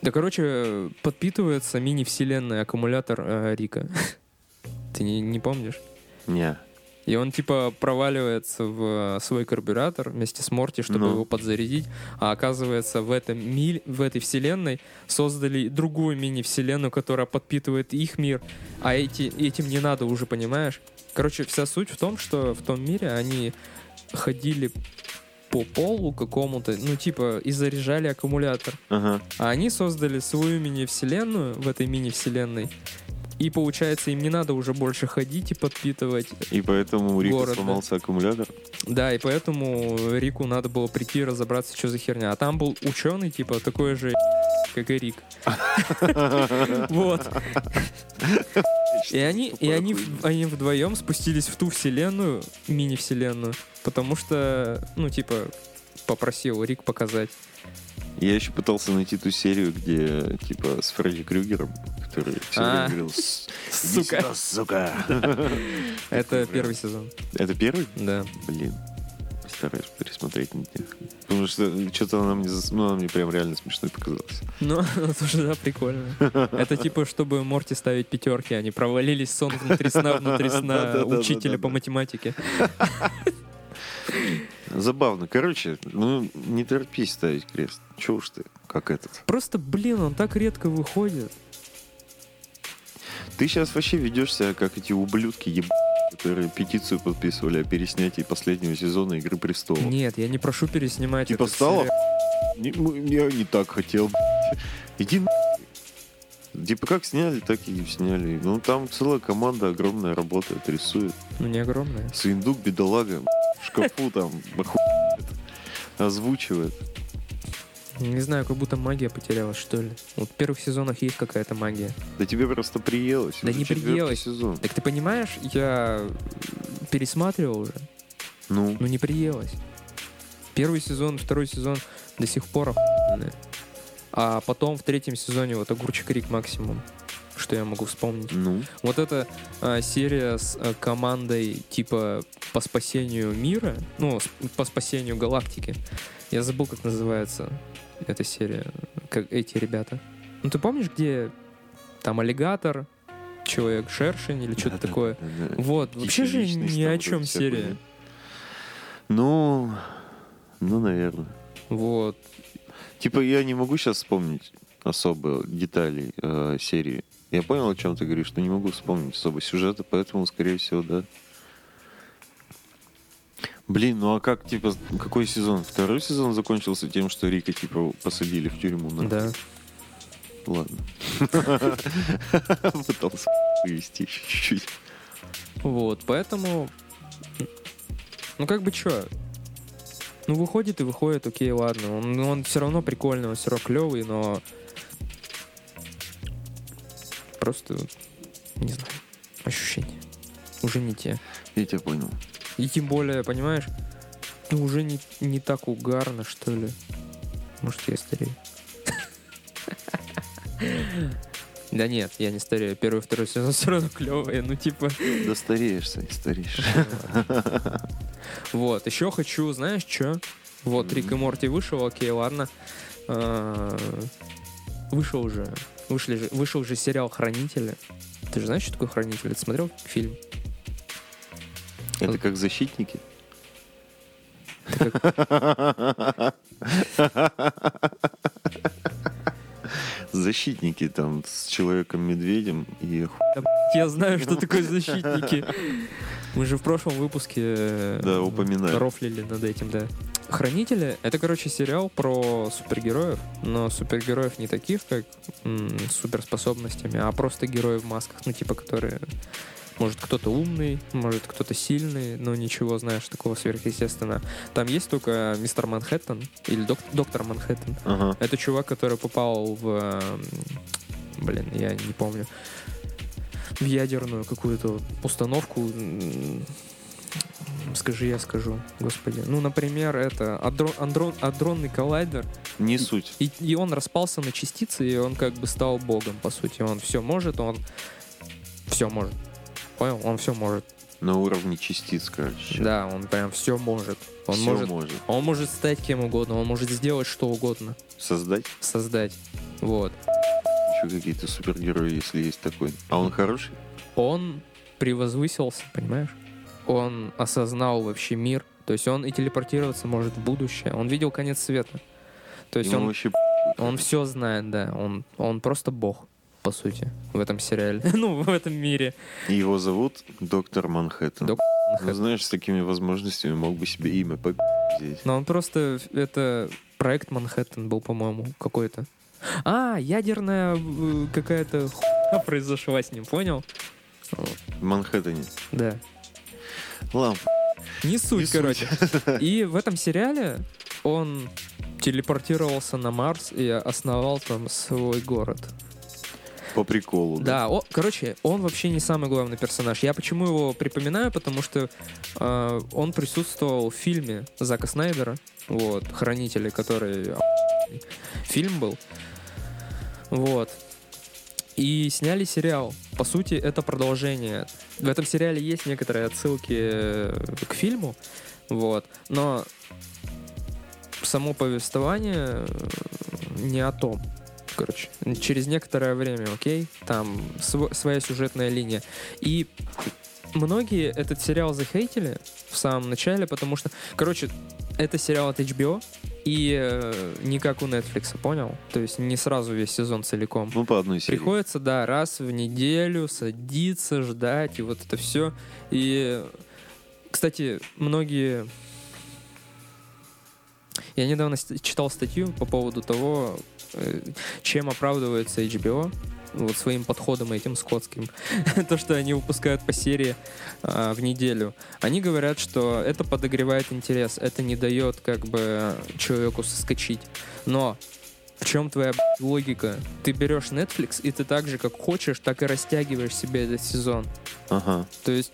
S2: Да, короче, подпитывается мини-вселенная аккумулятор э, Рика. Ты не, не помнишь?
S1: Не.
S2: И он типа проваливается в э, свой карбюратор вместе с Морти, чтобы
S1: Ну.
S2: его подзарядить. А оказывается, в, этом миль, в этой вселенной создали другую мини-вселенную, которая подпитывает их мир. А эти, этим не надо уже, понимаешь? Короче, вся суть в том, что в том мире они ходили по полу какому-то, ну типа, и заряжали аккумулятор.
S1: Ага.
S2: А они создали свою мини-вселенную в этой мини-вселенной. И получается, им не надо уже больше ходить и подпитывать.
S1: И поэтому у Рика
S2: Город, да.
S1: сломался аккумулятор.
S2: Да, и поэтому Рику надо было прийти и разобраться, что за херня. А там был ученый, типа, такой же как и Рик. Вот. И они, и
S1: Тупая
S2: они, в-
S1: хуйня.
S2: они вдвоем спустились в ту вселенную, мини-вселенную, потому что, ну, типа, попросил Рик показать.
S1: Я еще пытался найти ту серию, где, типа, с Фредди Крюгером, который все
S2: А.
S1: время говорил «С- иди
S2: Сука.
S1: сюда, сука!»
S2: Это
S1: прям.
S2: первый сезон.
S1: Это первый?
S2: Да.
S1: Блин. Постараюсь пересмотреть на днях. Потому что что-то она мне, зас- ну, она мне прям реально смешной показалась.
S2: Ну, тоже, да, прикольно. Это типа, чтобы Морти ставить а пятерки, они провалились сон внутри сна, внутри сна
S1: Да-да-да-да-да.
S2: учителя по математике.
S1: Забавно. Короче, ну не торопись ставить крест. Чего уж ты, как этот.
S2: Просто, блин, он так редко выходит.
S1: Ты сейчас вообще ведешь себя, как эти ублюдки еб... которые петицию подписывали о переснятии последнего сезона «Игры престолов».
S2: Нет, я не прошу переснимать.
S1: типа
S2: этот
S1: стало...
S2: сериал.
S1: «Не, ну, Я не так хотел, б***ь». Иди на***». Типа как сняли, так и сняли. Ну там целая команда огромная работает, рисует.
S2: Ну, не огромное.
S1: Свиндук, бедолага, в шкафу там охуевает, озвучивает.
S2: Не знаю, как будто магия потерялась, что ли. Вот в первых сезонах есть какая-то магия.
S1: Да тебе просто приелось.
S2: Да
S1: уже
S2: не
S1: четвертый
S2: приелось.
S1: сезон.
S2: Так ты понимаешь, я пересматривал уже,
S1: Ну,
S2: но не приелось. Первый сезон, второй сезон до сих пор охуенные. А потом в третьем сезоне вот огурчик Рик максимум, что я могу вспомнить.
S1: ну.
S2: Вот эта а, серия с а, командой типа по спасению мира, ну, с- по спасению галактики. Я забыл, как называется эта серия, как эти ребята. Ну, ты помнишь, где там аллигатор, человек-шершень или что-то
S1: Да-да-да-да.
S2: такое? Вот, вообще же
S1: Личность
S2: ни
S1: там
S2: о
S1: вот
S2: чем
S1: эта вся
S2: серия.
S1: хуйня. Ну, ну, наверное.
S2: Вот.
S1: Типа я не могу сейчас вспомнить особо деталей э, серии. Я понял, о чем ты говоришь, но не могу вспомнить особо сюжета, поэтому, скорее всего, да. Блин, ну а как, типа, какой сезон? Второй сезон закончился тем, что Рика, типа, посадили в тюрьму. на-
S2: Да.
S1: Ладно. Пытался повести еще чуть-чуть.
S2: Вот, поэтому... Ну, как бы чё? Ну, выходит и выходит, окей, ладно. Он, ну, он все равно прикольный, он все равно клевый, но... Просто, не знаю, ощущения. Уже не те.
S1: Я тебя понял.
S2: И тем более, понимаешь, ну, уже не, не так угарно, что ли. Может, я старею. Да нет, я не старею. Первый, второй сезон все равно клевые. Ну, типа,
S1: Да стареешься и стареешь.
S2: вот, еще хочу, знаешь, что? Вот,
S1: Мгм.
S2: Рик и Морти вышел, окей, ладно. Э, Вышел уже, вышли же, вышел же сериал «Хранители». Ты же знаешь, что такое «Хранители»? Ты смотрел фильм?
S1: Это как защитники? Защитники там с человеком-медведем и ху-
S2: Я знаю, что такое «Защитники». Мы же в прошлом выпуске э,
S1: Да, упоминали.
S2: рофлили над этим, да. «Хранители» — это, короче, сериал про супергероев, но супергероев не таких, как м, с суперспособностями, а просто герои в масках, ну, типа, которые... Может, кто-то умный, может, кто-то сильный, но ничего, знаешь, такого сверхъестественного. Там есть только мистер Манхэттен или док- доктор Манхэттен.
S1: Ага.
S2: Это чувак, который попал в... эм, Блин, я не помню. В ядерную какую-то установку. м, Скажи, я скажу, господи. Ну, например, это адро- андрон- адронный коллайдер,
S1: Не суть.
S2: и, и он распался на частицы, и он как бы стал богом, по сути. Он все может, он все может. Понял? Он все может.
S1: На уровне частиц, короче.
S2: Да, он прям все может. Он
S1: Всё
S2: может.
S1: может.
S2: Он может стать кем угодно, он может сделать что угодно,
S1: Создать
S2: создать. Вот.
S1: еще какие-то супергерои, если есть такой. А он хороший?
S2: он превозвысился, понимаешь? Он осознал вообще мир. То есть он и телепортироваться может в будущее. Он видел конец света. То есть
S1: Ему
S2: он,
S1: вообще
S2: он все знает, да. Он, он просто бог, по сути, в этом сериале. ну, в этом мире.
S1: И его зовут Доктор Манхэттен.
S2: Док-
S1: Ну, знаешь, с такими возможностями мог бы себе имя попиздить.
S2: Но он просто... Это проект Манхэттен был, по-моему, какой-то. А, ядерная э, какая-то хуйня произошла с ним, понял?
S1: В Манхэттене.
S2: Да.
S1: Ладно.
S2: Не суть,
S1: Не суть.
S2: короче. И в этом сериале он телепортировался на Марс и основал там свой город.
S1: По приколу.
S2: Да, о, короче, он вообще не самый главный персонаж. Я почему его припоминаю, потому что э, он присутствовал в фильме Зака Снайдера, вот, Хранители, который охуенный фильм был. Вот. И сняли сериал. По сути, это продолжение. В этом сериале есть некоторые отсылки э, к фильму, вот, но само повествование э, не о том. Короче, через некоторое время, окей, там св- своя сюжетная линия. И многие этот сериал захейтили в самом начале, потому что, короче, это сериал от HBO, и э, не как у Netflix, понял? То есть не сразу весь сезон целиком.
S1: Ну, по одной серии.
S2: Приходится, да, раз в неделю садиться, ждать, и вот это все. И, кстати, многие... Я недавно ст- читал статью по поводу того, э, чем оправдывается HBO, вот своим подходом этим скотским, то, что они выпускают по серии а, в неделю. Они говорят, что это подогревает интерес, это не дает как бы человеку соскочить. Но в чем твоя б***ь, логика? Ты берешь Netflix, и ты так же, как хочешь, так и растягиваешь себе этот сезон.
S1: Ага.
S2: То есть,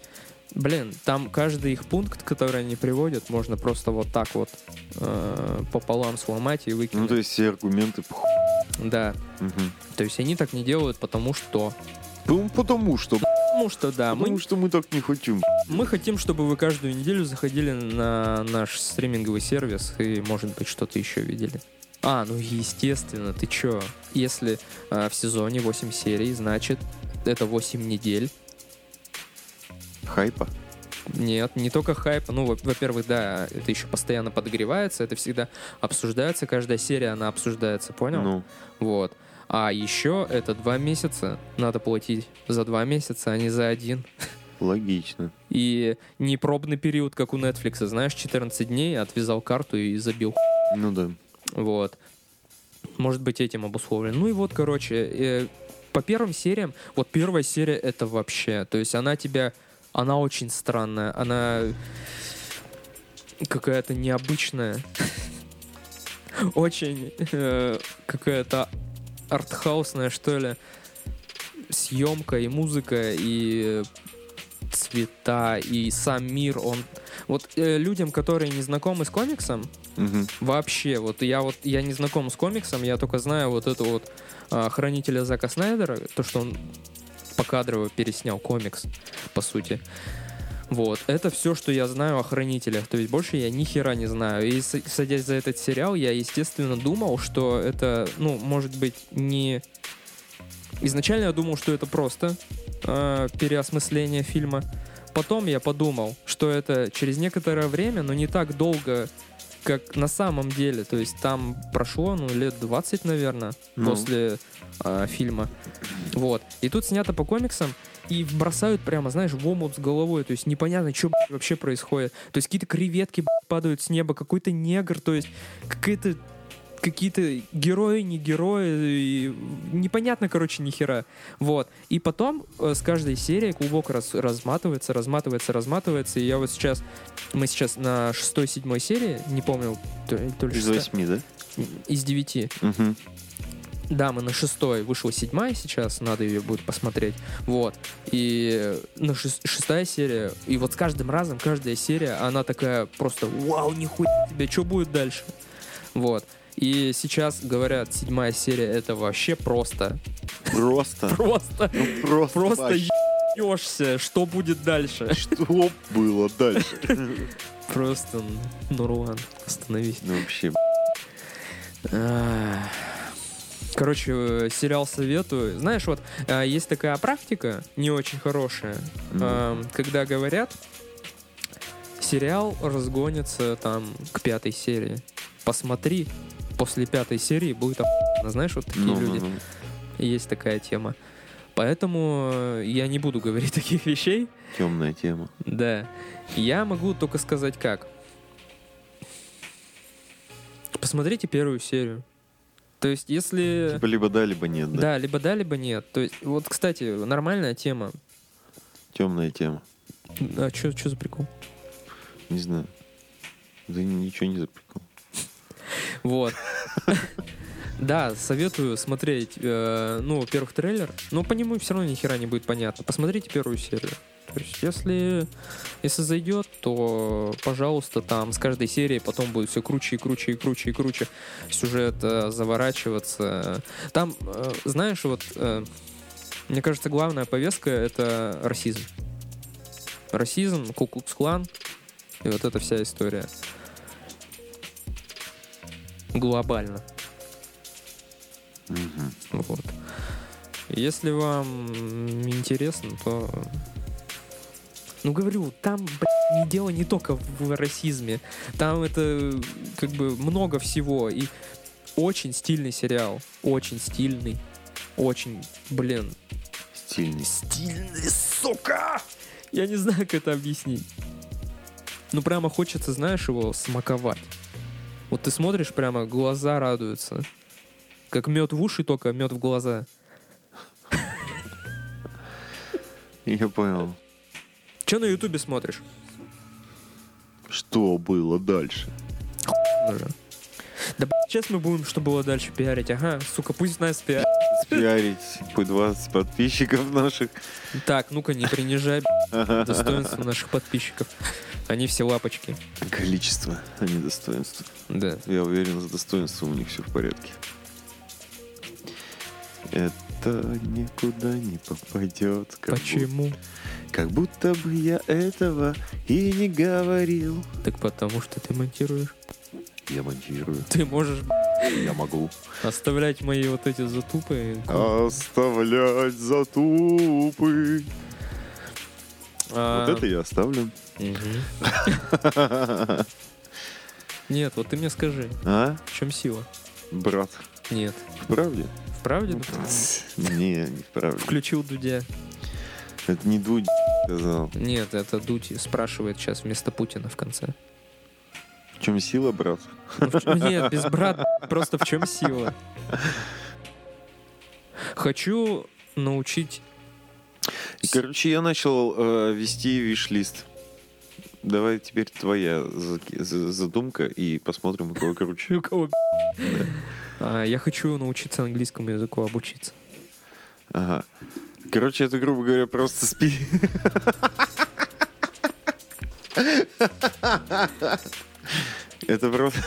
S2: блин, там каждый их пункт, который они приводят, можно просто вот так вот э, пополам сломать и
S1: Ну,
S2: выкинуть.
S1: то есть все аргументы... пх,
S2: Да.
S1: мгм.
S2: То есть они так не делают, потому что...
S1: Ну, потому что... б***ь,
S2: Потому что, да,
S1: Потому
S2: мы,
S1: что мы так не хотим.
S2: мы хотим, чтобы вы каждую неделю заходили на наш стриминговый сервис и, может быть, что-то еще видели. А, ну естественно, ты чё? Если а, в сезоне 8 серий, значит, это 8 недель.
S1: Хайпа.
S2: Нет, не только хайп. Ну, во- во-первых, да, это еще постоянно подогревается, это всегда обсуждается, каждая серия, она обсуждается, понял?
S1: Ну,
S2: Вот. А еще это два месяца надо платить за два месяца, а не за один.
S1: логично.
S2: И не пробный период, как у Netflix, знаешь, 14 дней, отвязал карту и забил.
S1: Ну да.
S2: Вот. Может быть, этим обусловлен. Ну и вот, короче, э, по первым сериям, вот первая серия это вообще, то есть она тебя, она очень странная, она какая-то необычная, очень э, какая-то артхаусная, что ли, съемка и музыка, и цвета, и сам мир, он... Вот э, людям, которые не знакомы с комиксом,
S1: Мгм.
S2: Вообще, вот я вот я не знаком с комиксом, я только знаю вот это вот а, хранителя Зака Снайдера, то, что он покадрово переснял комикс, по сути. Вот, это все, что я знаю о хранителях. То есть больше я ни хера не знаю. И с- садясь за этот сериал, я, естественно, думал, что это, ну, может быть, не. Изначально я думал, что это просто э, переосмысление фильма. Потом я подумал, что это через некоторое время, но не так долго, как на самом деле. То есть там прошло, ну, лет 20, наверное,
S1: Ну.
S2: после э, фильма. Вот. И тут снято по комиксам, и бросают прямо, знаешь, в омут с головой. То есть непонятно, что блядь, вообще происходит. То есть какие-то креветки блядь, падают с неба, какой-то негр, то есть какие-то какие-то герои, не герои, и непонятно, короче, ни хера. Вот. И потом э, с каждой серии клубок раз- разматывается, разматывается, разматывается. И я вот сейчас, мы сейчас на шестой-седьмой серии, не помню, то, то ли
S1: Из
S2: шестая-
S1: восьми, да?
S2: из девяти.
S1: Мгм.
S2: Да, мы на шестой, вышла седьмая сейчас, надо ее будет посмотреть. Вот. И на шестая серия, и вот с каждым разом, каждая серия, она такая просто, вау, нихуя тебе, что будет дальше? Вот. И сейчас, говорят, седьмая серия это вообще просто.
S1: Просто.
S2: Просто,
S1: Ну, просто.
S2: просто
S1: вообще.
S2: ебешься, что будет дальше.
S1: Что было дальше?
S2: Просто, ну, Руан, остановись.
S1: Ну, вообще,
S2: Ах. Короче, э, сериал советую. Знаешь, вот э, есть такая практика, не очень хорошая,
S1: Ну.
S2: эм, когда говорят, сериал разгонится там к пятой серии. Посмотри, после пятой серии будет охуенно. Знаешь, вот такие люди.
S1: ну-ну-ну.
S2: Есть такая тема. Поэтому э, я не буду говорить таких вещей.
S1: Темная тема.
S2: Да. Я могу только сказать как. Посмотрите первую серию. То есть, если...
S1: Типа либо да, либо нет, да?
S2: Да, либо да, либо нет. То есть, вот, кстати, нормальная тема.
S1: Темная тема.
S2: А что за прикол?
S1: Не знаю. Да ни- ничего не запрекал.
S2: Вот. Да, советую смотреть, э, ну, во-первых, трейлер, но по нему все равно ни хера не будет понятно. Посмотрите первую серию. То есть, если, если зайдет, то, пожалуйста, там с каждой серии потом будет все круче и круче и круче и круче сюжет э, заворачиваться. Там, э, знаешь, вот, э, мне кажется, главная повестка — это расизм. Расизм, Кукукс-клан и вот эта вся история. Глобально.
S1: Мгм.
S2: Вот. Если вам м, интересно, то Ну, говорю, там, блядь, не дело не только в расизме. Там это, как бы, много всего. И очень стильный сериал. Очень стильный. Очень, блин,
S1: Стильный.
S2: стильный, сука! Я не знаю, как это объяснить. Ну, прямо хочется, знаешь, его смаковать. Вот ты смотришь, прямо глаза радуются. Как мед в уши, только мед в глаза.
S1: Я понял.
S2: Че на Ютубе смотришь?
S1: Что было дальше?
S2: Уже. Да б***ь, сейчас мы будем, что было дальше, пиарить. Ага, сука, пусть нас пиарит.
S1: Пиарить по 20 подписчиков наших.
S2: Так, ну-ка, не принижай б***ь, достоинство наших подписчиков. Они все лапочки.
S1: Количество, а не достоинство.
S2: Да.
S1: Я уверен, с достоинством у них все в порядке. Это никуда не попадет. Как бу-
S2: Почему?
S1: как будто бы я этого и не говорил.
S2: Так потому что ты монтируешь.
S1: Я монтирую.
S2: Ты можешь б***ь,
S1: Я могу.
S2: оставлять мои вот эти затупы.
S1: А, Оставлять затупы.
S2: А,
S1: Вот это я оставлю.
S2: мгм.
S1: А?
S2: Нет, вот ты мне скажи, в чем сила?
S1: Брат.
S2: Нет.
S1: В правде?
S2: В правде? ну,
S1: Не, не в правде.
S2: Включил Дудя.
S1: Это не Дудь сказал.
S2: Нет, это Дудь спрашивает сейчас вместо Путина в конце.
S1: В чем сила, брат?
S2: Ну, в чём- Нет, без брат, просто в чем сила? Хочу научить...
S1: И, короче, я начал э, вести виш-лист. Давай теперь твоя за- за- задумка и посмотрим, у кого круче.
S2: У кого, А, Я хочу научиться английскому языку обучиться.
S1: Ага. Короче, это, грубо говоря, просто спи. Это просто...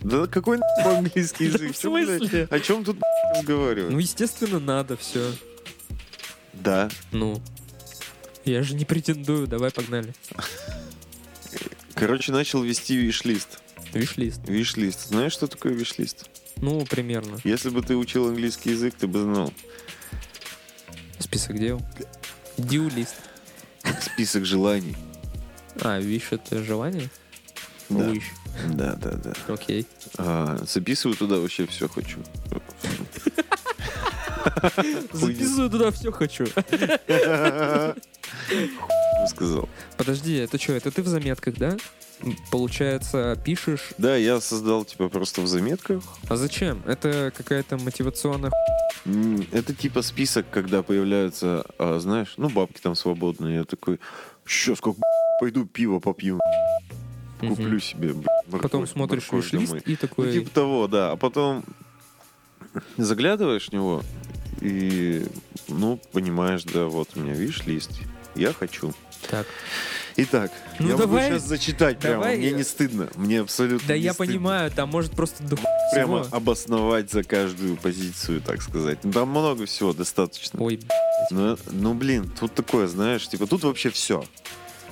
S1: Да какой нахуй английский
S2: Да
S1: язык?
S2: в
S1: Чё, блядь?
S2: смысле?
S1: О чем тут разговаривать?
S2: Ну, естественно, надо все.
S1: Да.
S2: Ну, я же не претендую, давай погнали.
S1: Короче, начал вести виш-лист.
S2: Виш-лист.
S1: Виш-лист. Знаешь, что такое виш-лист?
S2: Ну, примерно.
S1: Если бы ты учил английский язык, ты бы знал.
S2: Список дел. Дью-лист.
S1: Список желаний.
S2: А, виш это желание?
S1: Да.
S2: Wish.
S1: Да, да, да.
S2: Окей.
S1: А, записываю туда вообще все хочу.
S2: Записываю туда все хочу.
S1: Хуй сказал.
S2: Подожди, это что, это ты в заметках, да? М, Получается, пишешь.
S1: Да, я создал типа просто в заметках.
S2: А зачем? Это какая-то мотивационная ху-
S1: М, Это типа список, когда появляются, а, знаешь, ну бабки там свободные. Я такой, сейчас как б***ь, пойду пиво попью,
S2: Мгм.
S1: куплю себе. б***ь,
S2: Потом
S1: морковь-
S2: смотришь
S1: морковь
S2: виш-лист
S1: домой».
S2: и
S1: Ну,
S2: такой...
S1: типа того, да. А потом заглядываешь в него и, ну, понимаешь, да, вот у меня виш-лист. Я хочу.
S2: Так.
S1: Итак,
S2: Ну,
S1: я
S2: давай-
S1: могу сейчас зачитать прямо.
S2: давай
S1: Мне
S2: я-
S1: не стыдно. Мне абсолютно
S2: Да
S1: не
S2: я
S1: стыдно.
S2: понимаю, там может просто до ху-
S1: Прямо
S2: всего.
S1: обосновать за каждую позицию, так сказать. Ну, Там много всего достаточно.
S2: Ой, б***ь.
S1: Ну, ну, блин, тут такое, знаешь, типа, тут вообще все.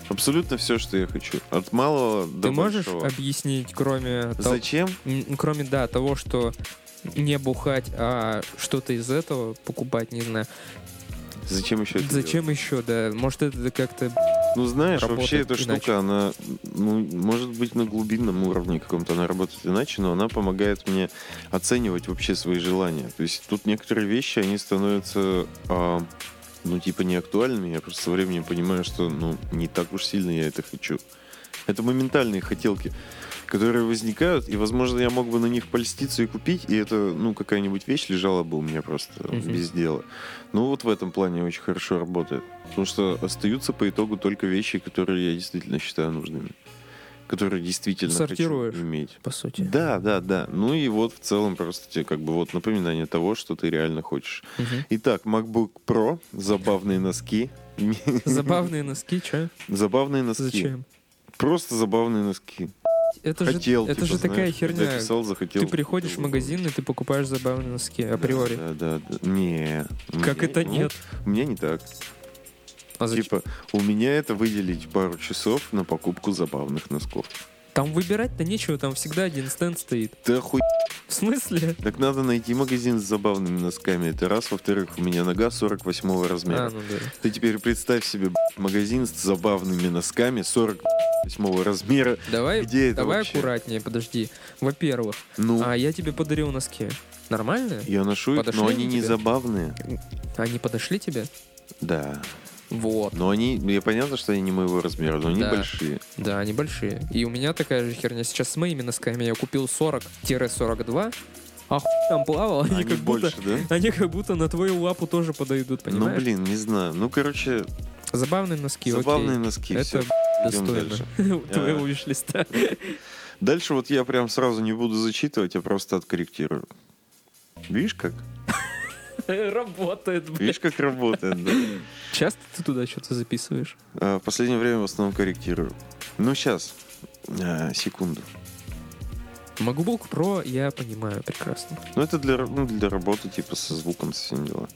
S1: Абсолютно все, что я хочу. От малого до
S2: ты можешь
S1: большого.
S2: объяснить, кроме... того-
S1: Зачем?
S2: м, Кроме, да, того, что не бухать, а что-то из этого покупать, не знаю.
S1: Зачем еще это делать?
S2: Зачем еще, да? Может, это как-то...
S1: Ну, знаешь,
S2: работает
S1: вообще эта
S2: иначе.
S1: штука, она, ну, может быть, на глубинном уровне каком-то она работает иначе, но она помогает мне оценивать вообще свои желания. То есть тут некоторые вещи, они становятся, а, ну, типа, не актуальными. Я просто со временем понимаю, что, ну, не так уж сильно я это хочу. Это моментальные хотелки, которые возникают, и, возможно, я мог бы на них польститься и купить, и это, ну, какая-нибудь вещь лежала бы у меня просто
S2: Мгм.
S1: без дела. Ну, вот в этом плане очень хорошо работает. Потому что остаются по итогу только вещи, которые я действительно считаю нужными. Которые действительно
S2: Сортируешь.
S1: хочу иметь.
S2: По сути.
S1: Да, да, да. Ну и вот в целом просто тебе как бы вот напоминание того, что ты реально хочешь.
S2: Мгм.
S1: Итак, MacBook Pro, забавные носки.
S2: Забавные носки, чё?
S1: Забавные носки.
S2: Зачем?
S1: Просто забавные носки.
S2: Это
S1: Хотел,
S2: же, это
S1: типа,
S2: же такая
S1: знаешь,
S2: херня.
S1: Записал, захотел.
S2: Ты приходишь в
S1: купил.
S2: магазин, и ты покупаешь забавные носки
S1: Да,
S2: априори.
S1: Да, да, да. Не.
S2: Как
S1: Мне-
S2: это
S1: ну,
S2: нет?
S1: У меня не так.
S2: А зачем?
S1: Типа, у меня это выделить пару часов на покупку забавных носков.
S2: Там выбирать-то нечего, там всегда один стенд стоит.
S1: Да хуй
S2: В смысле?
S1: Так надо найти магазин с забавными носками. Это раз. Во-вторых, у меня нога 48 размера.
S2: А, ну да.
S1: Ты теперь представь себе б***ь, магазин с забавными носками 48 размера.
S2: Давай,
S1: Где это
S2: давай
S1: вообще?
S2: аккуратнее, подожди. Во-первых,
S1: Ну,
S2: а я тебе подарил носки. Нормальные?
S1: я ношу их,
S2: подошли
S1: но
S2: они
S1: они не
S2: тебе?
S1: забавные.
S2: Они подошли тебе?
S1: Да.
S2: Вот.
S1: Но они, ну, я понятно, что они не моего размера, но они
S2: Да.
S1: большие.
S2: Да, они большие. И у меня такая же херня. Сейчас с моими носками я купил 40-42, а хуй там плавал, они,
S1: Они
S2: как
S1: больше, да?
S2: будто... Они как будто на твою лапу тоже подойдут, понимаешь?
S1: Ну, блин, не знаю. Ну, короче,
S2: Забавные носки,
S1: забавные носки.
S2: окей.
S1: всё.
S2: Это
S1: идём
S2: достойно
S1: дальше.
S2: твоего виш-листа.
S1: Дальше вот я прям сразу не буду зачитывать, я просто откорректирую. Видишь как?
S2: Работает, блин.
S1: Видишь, как работает, да?
S2: Часто ты туда что-то записываешь?
S1: А, В последнее время в основном корректирую. Ну, сейчас. Секунду.
S2: MacBook Pro я понимаю прекрасно.
S1: Ну, это для, ра- ну, для работы, типа, со звуком, со всем дела.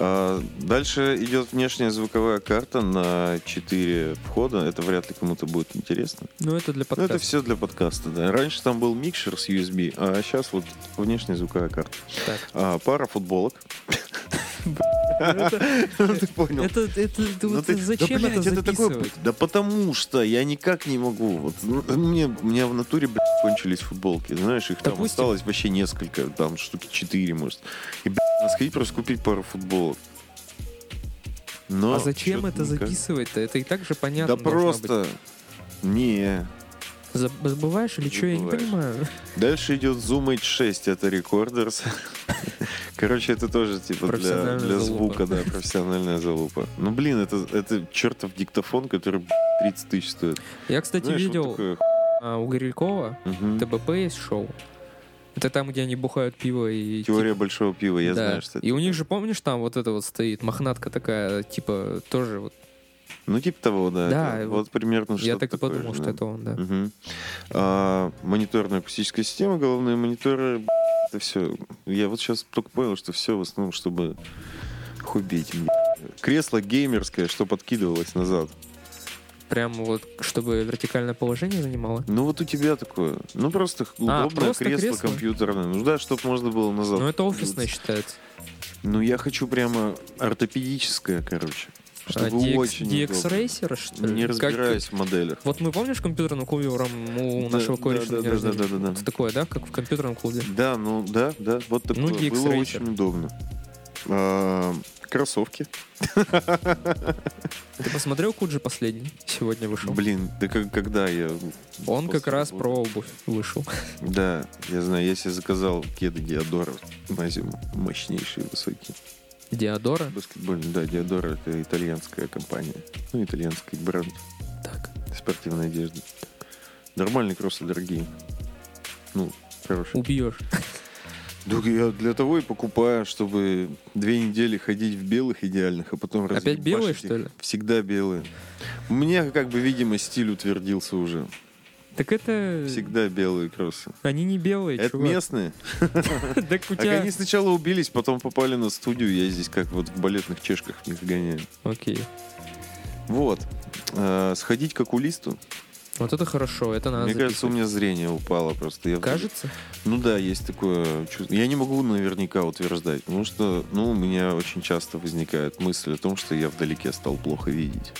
S1: А, Дальше идет внешняя звуковая карта на 4 входа. Это вряд ли кому-то будет интересно.
S2: Ну, это для
S1: Ну, это
S2: подкаста.
S1: все для подкаста, да. Раньше там был микшер с USB, а сейчас вот внешняя звуковая карта.
S2: Так.
S1: А, пара футболок.
S2: Это,
S1: Ну, Ты понял.
S2: это, это- ты
S1: Ну
S2: вот
S1: ты-
S2: зачем
S1: да, блядь,
S2: это
S1: такое-
S2: записывать?
S1: да потому что я никак не могу. Вот ну, мне, у меня в натуре, блядь, кончились футболки. Знаешь, их там
S2: Допустим.
S1: осталось вообще несколько, там штуки четыре, может. И, блядь, надо сходить просто купить пару футболок. Но
S2: а зачем
S1: чё-то
S2: это
S1: никак.
S2: записывать-то? Это и так же
S1: Ну,
S2: понятно.
S1: Да
S2: должно
S1: просто... Не.
S2: быть. Заб- Забываешь или что? Я не
S1: Забываешь.
S2: понимаю.
S1: Дальше идет Zoom H6, это рекордерс. Короче, это тоже типа для,
S2: Профессиональная
S1: для
S2: залупа.
S1: звука, да, профессиональная залупа. Ну, блин, это, это чертов диктофон, который блядь, 30 тысяч стоит.
S2: Я, кстати,
S1: Знаешь, вот
S2: видел
S1: такое Типа
S2: а, у Горелькова
S1: Мгм.
S2: ТБП есть шоу. Это там, где они бухают пиво и...
S1: Теория большого пива, я
S2: Типа Да.
S1: знаю, что это.
S2: И у них же, помнишь, там вот это вот стоит, мохнатка такая, типа, тоже вот.
S1: Ну, типа того, да.
S2: Да,
S1: это
S2: вот
S1: вот примерно что
S2: Я так и подумал, что это он, да.
S1: А, мониторная акустическая система, головные мониторы, б***ь, это все. Я вот сейчас только понял, что все в основном, чтобы хубить. Кресло геймерское, что подкидывалось назад.
S2: Прям вот, чтобы вертикальное положение занимало.
S1: Ну вот у тебя такое. Ну просто х- удобное
S2: А, просто
S1: кресло,
S2: кресло?
S1: компьютерное. Ну да, чтобы можно было назад.
S2: Ну, это офисное считается.
S1: Ну я хочу прямо ортопедическое, короче.
S2: А,
S1: Чтобы
S2: DX,
S1: очень
S2: DX
S1: удобно.
S2: Racer, что ли?
S1: Не
S2: Как-
S1: разбираюсь в моделях.
S2: Вот мы, помнишь, компьютерным клубером у
S1: Да,
S2: нашего
S1: да,
S2: кореша
S1: да,
S2: на день
S1: да,
S2: рождения?
S1: да, да, да.
S2: Это такое, да, как в компьютерном клубе?
S1: Да, ну да, да, вот такое.
S2: Ну, DX
S1: Было
S2: Racer.
S1: очень удобно. А, кроссовки.
S2: Ты посмотрел Куджи последний? Сегодня вышел.
S1: Блин, да как, когда я...
S2: Он как
S1: после
S2: раз
S1: работы.
S2: про обувь вышел.
S1: Да, я знаю, я себе заказал кеды Диадора на зиму. Мощнейшие, высокие.
S2: Диадора.
S1: Баскетбольные, да, Диадора это итальянская компания. Ну, итальянский бренд
S2: Так.
S1: спортивной одежды. Нормальные кроссы дорогие. Ну, хорошие.
S2: Убьешь.
S1: Да я для того и покупаю, чтобы две недели ходить в белых идеальных, а потом
S2: Опять
S1: разъебашить
S2: белые,
S1: их.
S2: что ли?
S1: Всегда белые. У меня, как бы, видимо, стиль утвердился уже.
S2: Так это...
S1: Всегда белые кроссы.
S2: Они не белые,
S1: Это
S2: чувак.
S1: местные.
S2: Так у
S1: Так
S2: тебя...
S1: они сначала убились, потом попали на студию. Я здесь как вот в балетных чешках их гоняю.
S2: Окей.
S1: Вот. А, Сходить к окулисту.
S2: Вот это хорошо, это надо
S1: Мне кажется, у
S2: записывать.
S1: меня зрение упало просто. Я-
S2: Кажется?
S1: Ну да, есть такое чувство. Я не могу наверняка утверждать, потому что, ну, у меня очень часто возникает мысль о том, что я вдалеке стал плохо видеть.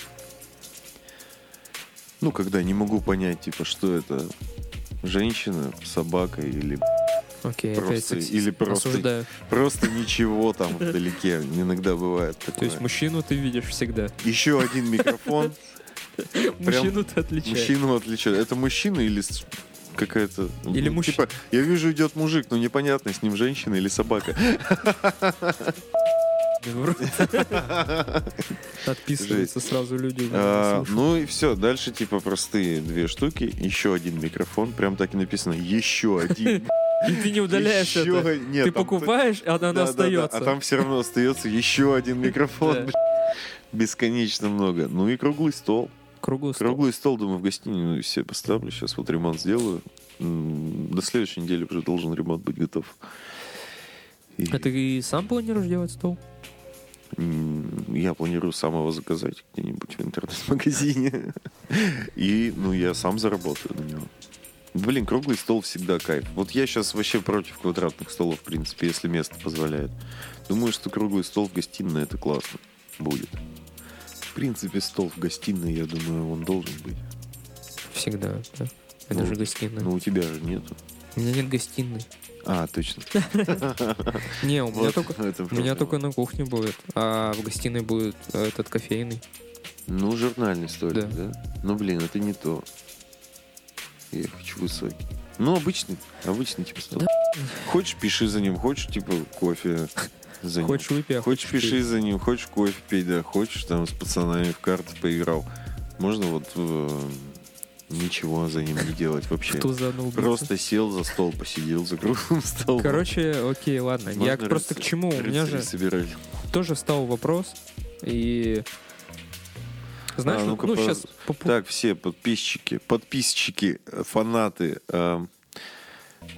S1: Ну, когда не могу понять, типа, что это женщина, собака или
S2: Окей,
S1: Просто
S2: опять сексист.
S1: или просто-
S2: Осуждаю.
S1: просто ничего там вдалеке. Иногда бывает
S2: То есть
S1: такое.
S2: мужчину ты видишь всегда.
S1: Еще один микрофон.
S2: Мужчину ты отличаешь.
S1: Мужчину отличает. Это мужчина или с- какая-то...
S2: Или
S1: ну,
S2: мужчина.
S1: Типа, я вижу, идет мужик, но непонятно, с ним женщина или собака.
S2: Отписываются сразу люди.
S1: А,
S2: Слушай,
S1: ну и все, дальше типа простые две штуки, еще один микрофон, прям так и написано, еще один.
S2: И ты не удаляешь
S1: еще-
S2: это.
S1: ну, Нет,
S2: Ты
S1: там-
S2: покупаешь, а она
S1: Да, да, да.
S2: остается.
S1: А там все равно остается еще один
S2: Да.
S1: микрофон. блин. Бесконечно много. Ну и круглый стол.
S2: Круглый стол.
S1: Круглый стол, думаю, в гостиную себе поставлю. Сейчас вот ремонт сделаю. М, До следующей недели уже должен ремонт быть готов. И,
S2: А ты и сам планируешь делать стол?
S1: м, Я планирую сам его заказать где-нибудь в интернет-магазине. И, ну, я сам заработаю на него. Блин, круглый стол всегда кайф. Вот я сейчас вообще против квадратных столов, в принципе, если место позволяет. Думаю, что круглый стол в гостиной это классно будет. В принципе, стол в гостиной, я думаю, он должен быть.
S2: Всегда, да. Это
S1: Ну,
S2: же гостиная.
S1: Но у тебя же нету.
S2: У меня нет гостиной.
S1: А, точно.
S2: Не, у меня
S1: Вот
S2: только...
S1: это
S2: У меня
S1: проблема.
S2: только на кухне будет, а в гостиной будет э, этот кофейный.
S1: Ну, журнальный столик, да?
S2: Да.
S1: Ну, блин, это не то. Я хочу высокий. Ну, обычный, обычный типа стол.
S2: Да
S1: Хочешь, пиши за ним, хочешь, типа, кофе за ним.
S2: Хочешь выпей, а
S1: Хочешь,
S2: пей.
S1: пиши за ним, хочешь кофе пей, да, хочешь, там, с пацанами в карты поиграл. Можно вот э, ничего за ним не делать вообще.
S2: Кто за одного
S1: Просто сел за стол, посидел за круглым столом.
S2: Короче, окей, ладно. Я
S1: Можно
S2: просто
S1: рыцарь-
S2: к чему? У меня
S1: рыцарей
S2: же
S1: собирать.
S2: тоже встал вопрос. И знаешь,
S1: А,
S2: ну,
S1: ну-ка, по-
S2: сейчас по... пу-
S1: Так, все подписчики, подписчики, э, фанаты, э,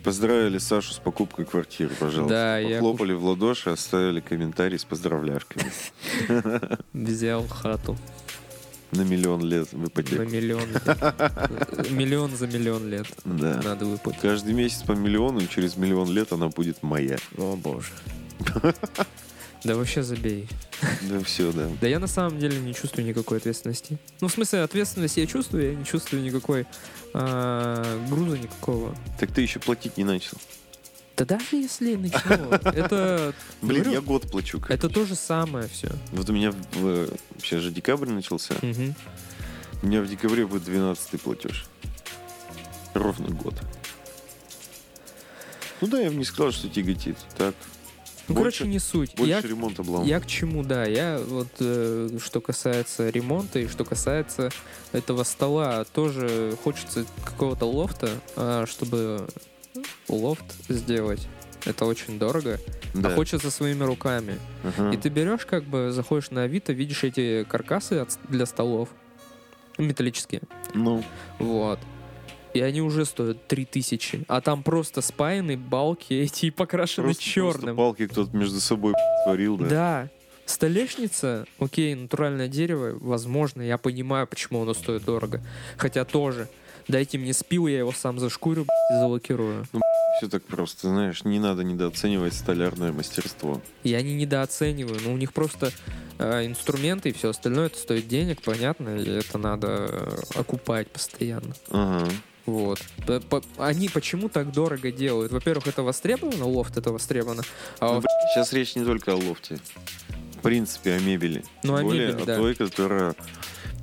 S1: поздравили Сашу с покупкой квартиры, пожалуйста.
S2: Да, я
S1: Похлопали в ладоши, оставили комментарий с поздравляшками.
S2: взял хату
S1: На миллион лет в
S2: на
S1: ипотеку.
S2: миллион. лет. Миллион за миллион лет
S1: Да.
S2: надо выплатить.
S1: Каждый месяц по миллиону, и через миллион лет она будет моя.
S2: О боже. Да вообще забей.
S1: Да все, да.
S2: Да я на самом деле не чувствую никакой ответственности. Ну, в смысле, ответственность я чувствую, я не чувствую никакой а, груза никакого.
S1: Так ты еще платить не начал.
S2: Да даже если и начну, это...
S1: Блин,
S2: говорю,
S1: я год плачу.
S2: Это
S1: короче.
S2: то же самое все.
S1: Вот у меня сейчас же декабрь начался. У меня в декабре будет 12 платеж. Ровно год. Ну да, я бы не сказал, что тяготит. Так.
S2: Ну,
S1: Больше-
S2: короче, не суть.
S1: Больше
S2: Я,
S1: ремонта облом.
S2: я к чему, да. Я вот, э, что касается ремонта и что касается этого стола, тоже хочется какого-то лофта, а, чтобы ну, лофт сделать. Это очень дорого.
S1: Да. А.
S2: А хочется своими руками.
S1: Ага.
S2: И ты берешь, как бы, заходишь на Авито, видишь эти каркасы от- для столов. Металлические.
S1: Ну,
S2: Вот. И они уже стоят 3000. А там просто спаяны балки эти и покрашены
S1: просто, просто
S2: черным.
S1: палки кто-то между собой творил, да?
S2: да. Столешница, окей, натуральное дерево, возможно, я понимаю, почему оно стоит дорого. Хотя тоже. Дайте мне спил, я его сам зашкурю и залакирую.
S1: Все так просто, знаешь, не надо недооценивать столярное мастерство.
S2: Я не недооцениваю, но Ну, у них просто э, инструменты и все остальное, это стоит денег, понятно, и это надо э, окупать постоянно.
S1: Ага.
S2: Вот. П- п- Они почему так дорого делают? Во-первых, это востребовано, лофт это востребовано. А во-
S1: Сейчас Ну, речь не только о лофте. В принципе, о мебели.
S2: Ну, о
S1: Тем более, а
S2: мебели, да.
S1: той, которая,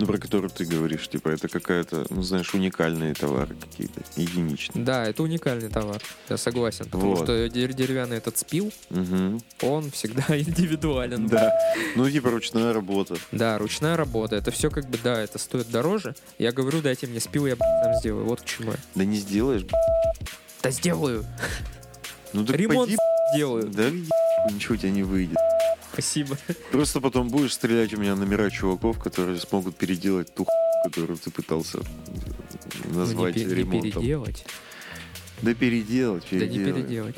S1: ну, про которую ты говоришь, типа, это какая-то, ну, знаешь, уникальные товары какие-то, единичные.
S2: да, это уникальный товар, я согласен. Потому
S1: Вот.
S2: что дер- деревянный этот спил,
S1: Мгм.
S2: он всегда индивидуален.
S1: Да. Ну, типа, ручная работа.
S2: Да, ручная работа. Это все как бы, да, это стоит дороже. Я говорю, дайте мне спил, я б***ь, сам сделаю. Вот к чему. я.
S1: Да не сделаешь. б***ь.
S2: Да сделаю.
S1: Ну, так
S2: Ремонт
S1: пойди,
S2: сделаю.
S1: б***ь, Да, иди, б***ь, ничего у тебя не выйдет.
S2: Спасибо.
S1: Просто потом будешь стрелять у меня номера чуваков, которые смогут переделать ту хуйню, которую ты пытался э,
S2: Ну, не
S1: назвать
S2: пе- не
S1: ремонтом.
S2: переделать.
S1: Да переделать,
S2: Да не
S1: переделать.
S2: переделать.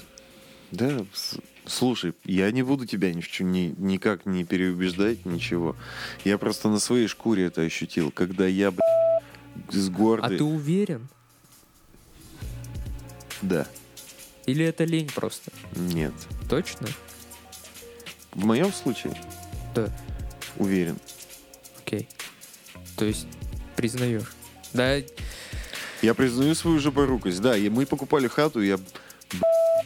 S2: А
S1: Да, с- слушай, я не буду тебя ни в чем ни- никак не переубеждать, ничего. Я просто на своей шкуре это ощутил, когда я, блядь, с
S2: А
S1: гордой...
S2: ты уверен?
S1: Да,
S2: Или это лень просто?
S1: нет.
S2: Точно?
S1: В моем случае?
S2: Да.
S1: Уверен.
S2: Окей. То есть признаешь. Да,
S1: Я признаю свою жопорукость, да. И мы покупали хату, и я... «Б***ь,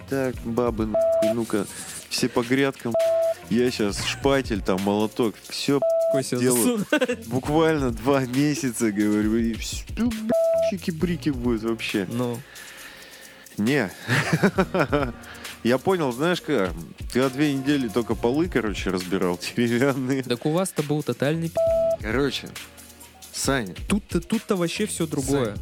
S1: Так, бабы, нахуй, ну-ка, все по грядкам. Я сейчас шпатель, там, молоток, все,
S2: Кося
S1: Делаю.
S2: засу-
S1: буквально два месяца, говорю, и все, чики-брики будет вообще.
S2: Ну,
S1: Не. Я понял, знаешь как, я две недели только полы, короче, разбирал деревянные.
S2: так у вас-то был тотальный пи***.
S1: Короче, Саня,
S2: Тут-то, тут-то вообще все другое.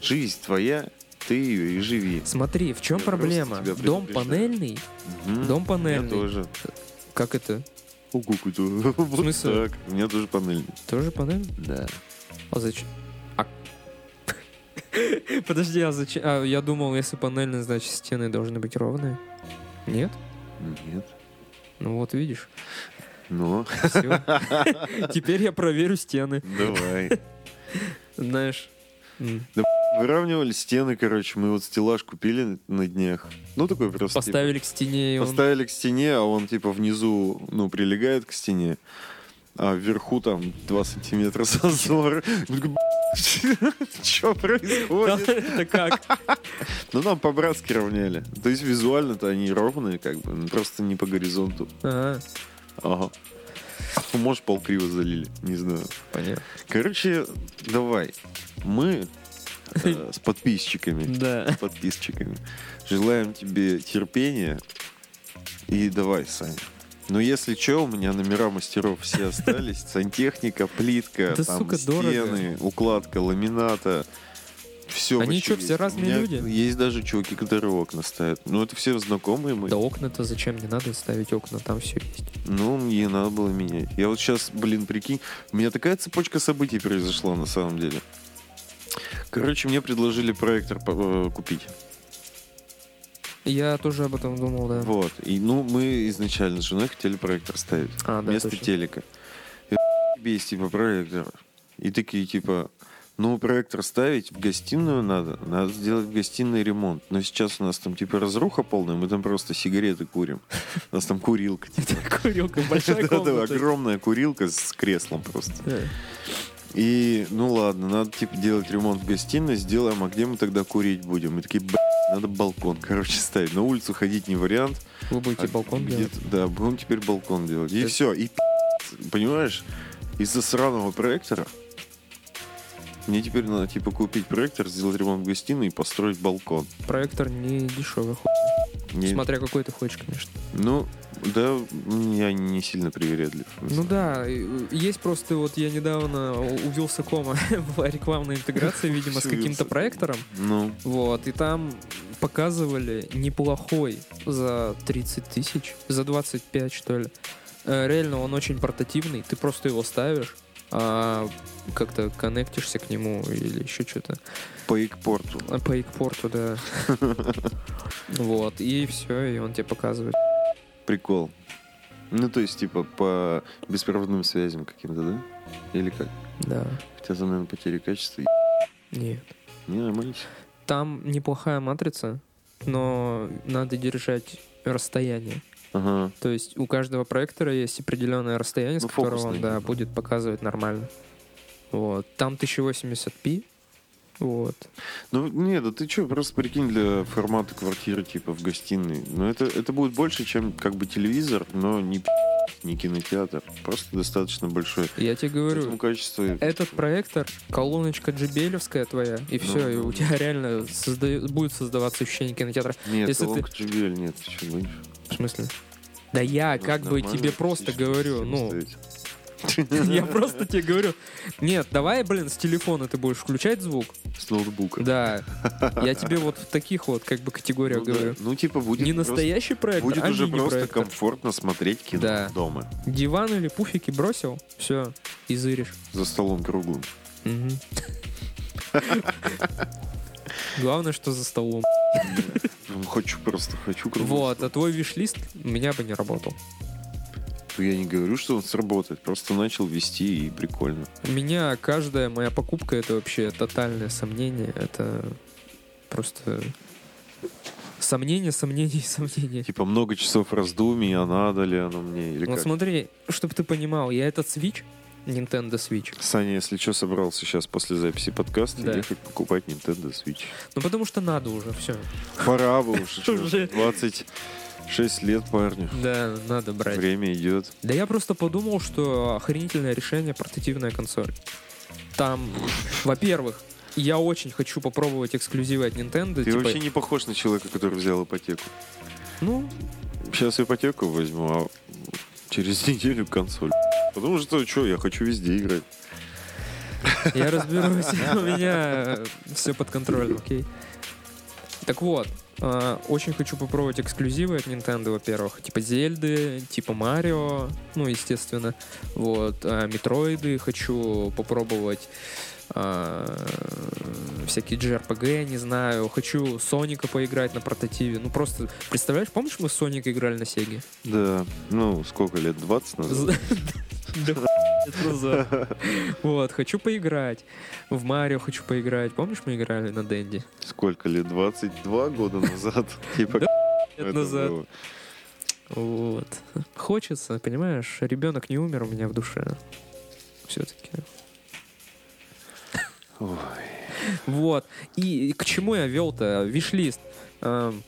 S1: жизнь твоя, ты ее и живи.
S2: Смотри, в чем
S1: Я просто
S2: проблема?
S1: тебя
S2: Дом
S1: предупреждаю.
S2: панельный?
S1: Мгм.
S2: Дом
S1: У меня
S2: панельный.
S1: тоже.
S2: Как это?
S1: Ого, какой-то. Вот
S2: смысле?
S1: так. У меня тоже панельный.
S2: Тоже панельный?
S1: Да.
S2: А зачем? А- Подожди, а зачем? а, я думал, если панельный, значит стены должны быть ровные. Нет?
S1: Нет.
S2: Ну вот видишь.
S1: Но
S2: Все. Теперь я проверю стены.
S1: давай.
S2: Знаешь. м.
S1: Выравнивали стены, короче. Мы вот стеллаж купили на днях. Ну, такой просто... типа,
S2: Поставили к стене, и он...
S1: Поставили к стене, а он типа внизу, ну, прилегает к стене, а вверху там 2 сантиметра зазор. Что
S2: Да,
S1: происходит?
S2: Это как?
S1: Ну, нам по-братски равняли. То есть визуально-то они ровные, как бы, ну, просто не по горизонту.
S2: Ага,
S1: Ага. Ну, Может, полкриво залили, не знаю.
S2: понятно.
S1: Короче, давай. Мы э, с подписчиками
S2: Да.
S1: подписчиками. Желаем тебе терпения. И давай, Саня. Но если что, у меня номера мастеров все остались. Сантехника, плитка,
S2: Да,
S1: там
S2: сука, дорого.
S1: стены, укладка, ламината. Все
S2: Они чё, все разные люди?
S1: Есть даже чуваки, которые окна ставят. Ну, это все знакомые мои.
S2: Да окна-то зачем? Не надо ставить окна, там все есть.
S1: Ну, мне надо было менять. Я вот сейчас, блин, прикинь, у меня такая цепочка событий произошла на самом деле. Короче, мне предложили проектор по- э, купить.
S2: Я тоже об этом думал, да.
S1: Вот. И, ну, мы изначально с женой хотели проектор ставить.
S2: А, да,
S1: вместо
S2: точно.
S1: телека. И тебе есть, типа, проектор. И такие, типа, ну, проектор ставить в гостиную надо. Надо сделать в гостиной ремонт. Но сейчас у нас там, типа, разруха полная. Мы там просто сигареты курим. У нас там курилка. типа.
S2: Курилка, большая
S1: Да-да,
S2: комната.
S1: огромная курилка с креслом просто.
S2: Да.
S1: И, ну ладно, надо, типа, делать ремонт в гостиной, сделаем, а где мы тогда курить будем? Мы такие, «Б***ь, надо балкон, короче, ставить. На улицу ходить не вариант.
S2: Вы будете
S1: А
S2: балкон
S1: где-
S2: делать?
S1: Да, будем теперь балкон делать. И
S2: Это-
S1: все, и пи***ц, понимаешь, из-за сраного проектора мне теперь надо типа купить проектор, сделать ремонт в гостиной и построить балкон.
S2: Проектор не дешевый, хуй.
S1: Не-
S2: Смотря какой ты хочешь, конечно.
S1: Ну, да, я не сильно привередлив.
S2: Ну да, и- есть просто вот я недавно у у Вилсакома была рекламная интеграция, видимо, с
S1: Всё
S2: каким-то
S1: Вилсаком.
S2: проектором.
S1: Ну,
S2: Вот, и там показывали неплохой за 30 тысяч, за 25, что ли. Э, Реально он очень портативный, ты просто его ставишь, а, как-то коннектишься к нему или еще что-то.
S1: по экпорту.
S2: А, По экпорту, да. Вот, и все, и он тебе показывает.
S1: Прикол. Ну, то есть, типа, по беспроводным связям каким-то, да? Или как?
S2: Да,
S1: Хотя за, наверное, потери качества. и-
S2: нет.
S1: Не, нормально.
S2: Там неплохая матрица, но надо держать расстояние.
S1: Ага.
S2: То есть у каждого проектора есть определенное расстояние, с
S1: Ну,
S2: которого
S1: фокусный,
S2: он да,
S1: типа.
S2: будет показывать нормально. Вот. Там 1080p. Вот.
S1: Ну, нет, да ты что, просто прикинь для формата квартиры, типа, в гостиной. Ну, это, это будет больше, чем, как бы, телевизор, но не пи***, не кинотеатр. Просто достаточно большой.
S2: Я тебе
S1: Поэтому
S2: говорю, э,
S1: качество...
S2: этот проектор, колоночка джибелевская твоя, и
S1: Ну,
S2: все, и у
S1: да.
S2: тебя реально созда- будет создаваться ощущение кинотеатра.
S1: Нет,
S2: если ты-
S1: колонка JBL, нет, ты что, гонишь?
S2: В смысле? Да я
S1: Ну,
S2: как бы
S1: нормально,
S2: тебе просто
S1: отлично,
S2: говорю,
S1: всем
S2: ну,
S1: ставить.
S2: я просто тебе говорю, нет, давай, блин, с телефона ты будешь включать звук,
S1: С ноутбука.
S2: Да. Я тебе вот в таких вот как бы категориях
S1: Ну, да.
S2: говорю.
S1: Ну, типа, будет
S2: Не
S1: просто-
S2: настоящий проектор,
S1: Будет
S2: а
S1: уже просто
S2: мини-проектор.
S1: комфортно смотреть кино
S2: Да.
S1: дома.
S2: Диван или пуфики бросил, все, и зыришь.
S1: За столом круглым.
S2: Мгм. Главное, что за столом.
S1: Ну, Хочу просто, хочу круглым.
S2: Вот, а твой виш-лист у меня бы не работал.
S1: Я не говорю, что он сработает. Просто начал вести и прикольно.
S2: У меня каждая моя покупка это вообще тотальное сомнение. Это просто сомнение, сомнение, сомнение.
S1: Типа много часов раздумий, а надо ли оно мне или
S2: Вот
S1: как.
S2: смотри, чтобы ты понимал, я этот Switch, Nintendo Switch,
S1: Саня, если что, собрался сейчас после записи подкаста
S2: Да.
S1: ехать покупать Nintendo Switch.
S2: ну потому что надо уже, все.
S1: Пора бы уже. чё,
S2: Уже.
S1: 26 лет парню.
S2: Да, надо брать.
S1: Время идет.
S2: Да я просто подумал, что охренительное решение портативная консоль. Там, во-первых, я очень хочу попробовать эксклюзивы от Nintendo.
S1: Ты
S2: типа,
S1: вообще не похож на человека, который взял ипотеку.
S2: Ну,
S1: Сейчас ипотеку возьму, а через неделю консоль. Потому что, что, я хочу везде играть.
S2: я разберусь, у меня все под контролем, окей. Так вот, э, очень хочу попробовать эксклюзивы от Nintendo, во-первых. Типа Зельды, типа Марио, ну, естественно. Вот, э, Метроиды хочу попробовать. э, всякие JRPG, я не знаю. Хочу Соника поиграть на портативе. Ну, просто, представляешь, помнишь, мы с Соника играли на Сеге?
S1: Да, ну, сколько лет, 20 назад?
S2: Да. лет назад. Вот, хочу поиграть. В Марио хочу поиграть. Помнишь, мы играли на Дэнди?
S1: Сколько лет? 22 года назад? Типа,
S2: Лет
S1: это
S2: назад.
S1: было.
S2: Вот. Хочется, понимаешь? Ребенок не умер у меня в душе. Все-таки.
S1: Ой.
S2: Вот. И к чему я вел-то? Вишлист. Эм,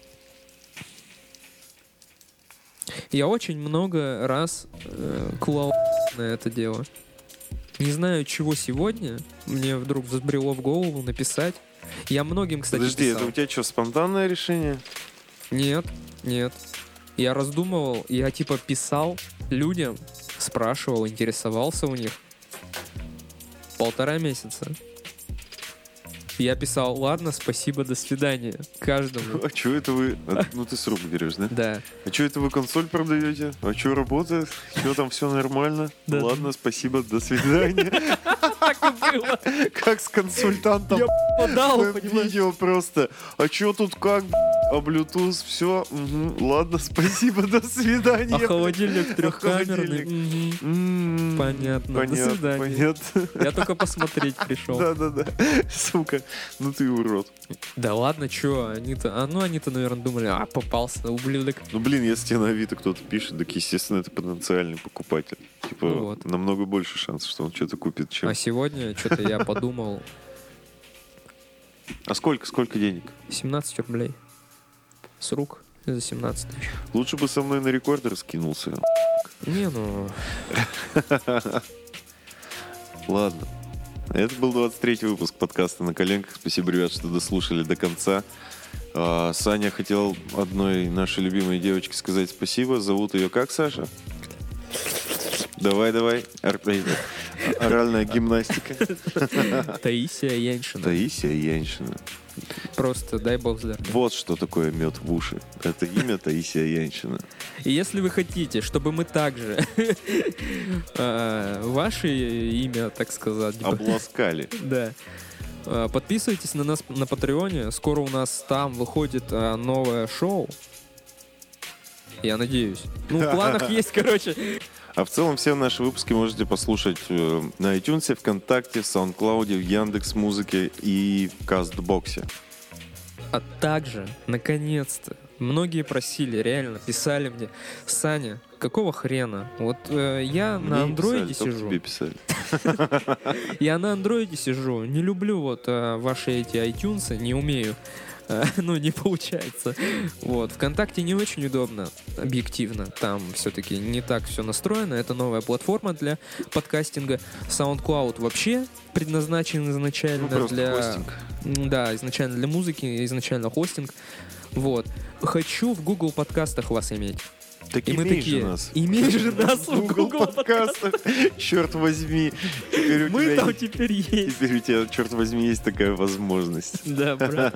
S2: Я очень много раз э, клал на это дело. Не знаю, чего сегодня мне вдруг взбрело в голову написать. Я многим, кстати,
S1: Подожди,
S2: писал.
S1: это у тебя что, спонтанное решение?
S2: Нет, нет. Я раздумывал, я типа писал людям, спрашивал, интересовался у них. Полтора месяца. Я писал, ладно, спасибо, до свидания. Каждому.
S1: А чё это вы... а, Ну, ты с рук берешь, да?
S2: Да.
S1: А чё это вы консоль продаете? А чё работает? Чё там все нормально?
S2: Да.
S1: Ладно, спасибо, до свидания. Как с консультантом
S2: Подал,
S1: в видео просто. А чё тут как? б***ь? А Bluetooth, все, ладно, спасибо, до свидания.
S2: А холодильник трехкамерный.
S1: холодильник.
S2: Мгм.
S1: М,
S2: Понятно. До
S1: М-м-м. понятно,
S2: свидания.
S1: Понятно.
S2: Я только посмотреть пришел.
S1: Да-да-да. Сука, ну ты урод.
S2: Да ладно, чё, они-то, а ну они-то, наверное, думали, а, попался, ублюдок.
S1: Ну блин, если тебе на Авито кто-то пишет, так естественно это потенциальный покупатель. Типа
S2: Ну вот.
S1: намного больше шансов, что он что-то купит, чем.
S2: А сегодня что-то я подумал,
S1: А сколько, сколько денег?
S2: 17 рублей. С рук за 17 тысяч.
S1: Лучше бы со мной на рекордер скинулся.
S2: Не, ну...
S1: Ладно. Это был 23-й выпуск подкаста «На коленках». Спасибо, ребят, что дослушали до конца. А, Саня хотел одной нашей любимой девочке сказать спасибо. Зовут ее как, Саша? Давай, давай. Ор- ой, Оральная гимнастика.
S2: Таисия Яньшина.
S1: Таисия Яньшина.
S2: Просто дай бог здоровья.
S1: Вот что такое мед в уши. Это имя Таисия Янчина.
S2: И если вы хотите, чтобы мы также э, ваше имя, так сказать, типа,
S1: Обласкали.
S2: да, э, подписывайтесь на нас на Патреоне. Скоро у нас там выходит э, новое шоу. Я надеюсь. Ну, в планах есть, короче.
S1: А в целом все наши выпуски можете послушать э, на iTunes, ВКонтакте, в SoundCloud, в Яндекс.Музыке и в Кастбоксе.
S2: А также, наконец-то, многие просили, реально, писали мне, Саня, какого хрена? Вот э, я на
S1: Мне не
S2: андроиде
S1: писали, только
S2: сижу,
S1: тебе писали.
S2: я на андроиде сижу, не люблю вот э, ваши эти iTunes, не умею, Э, ну не получается. Вот, ВКонтакте не очень удобно, объективно, там все-таки не так все настроено, это новая платформа для подкастинга, SoundCloud вообще предназначен
S1: Ну,
S2: изначально
S1: просто
S2: для...
S1: хостинг.
S2: М, Да, изначально для музыки, изначально хостинг. Вот. Хочу в Google подкастах вас иметь.
S1: Так
S2: И мы
S1: имей
S2: такие,
S1: же нас.
S2: имей же нас в Google
S1: подкастах. Черт возьми. Теперь у
S2: Мы
S1: тебя
S2: там
S1: есть-
S2: теперь есть.
S1: Теперь у тебя, черт возьми, есть такая возможность.
S2: Да, брат.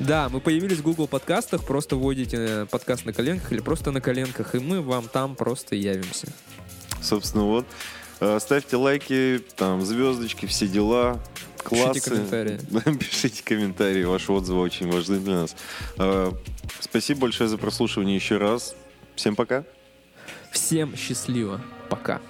S2: Да, мы появились в Google подкастах, просто вводите э, подкаст на коленках или просто на коленках, и мы вам там просто явимся.
S1: Собственно, вот. Э, Ставьте лайки, там, звездочки, все дела.
S2: Пишите
S1: Классы.
S2: комментарии.
S1: Пишите комментарии. Ваши отзывы очень важны для нас. Э, Спасибо большое за прослушивание еще раз. Всем пока.
S2: Всем счастливо. Пока.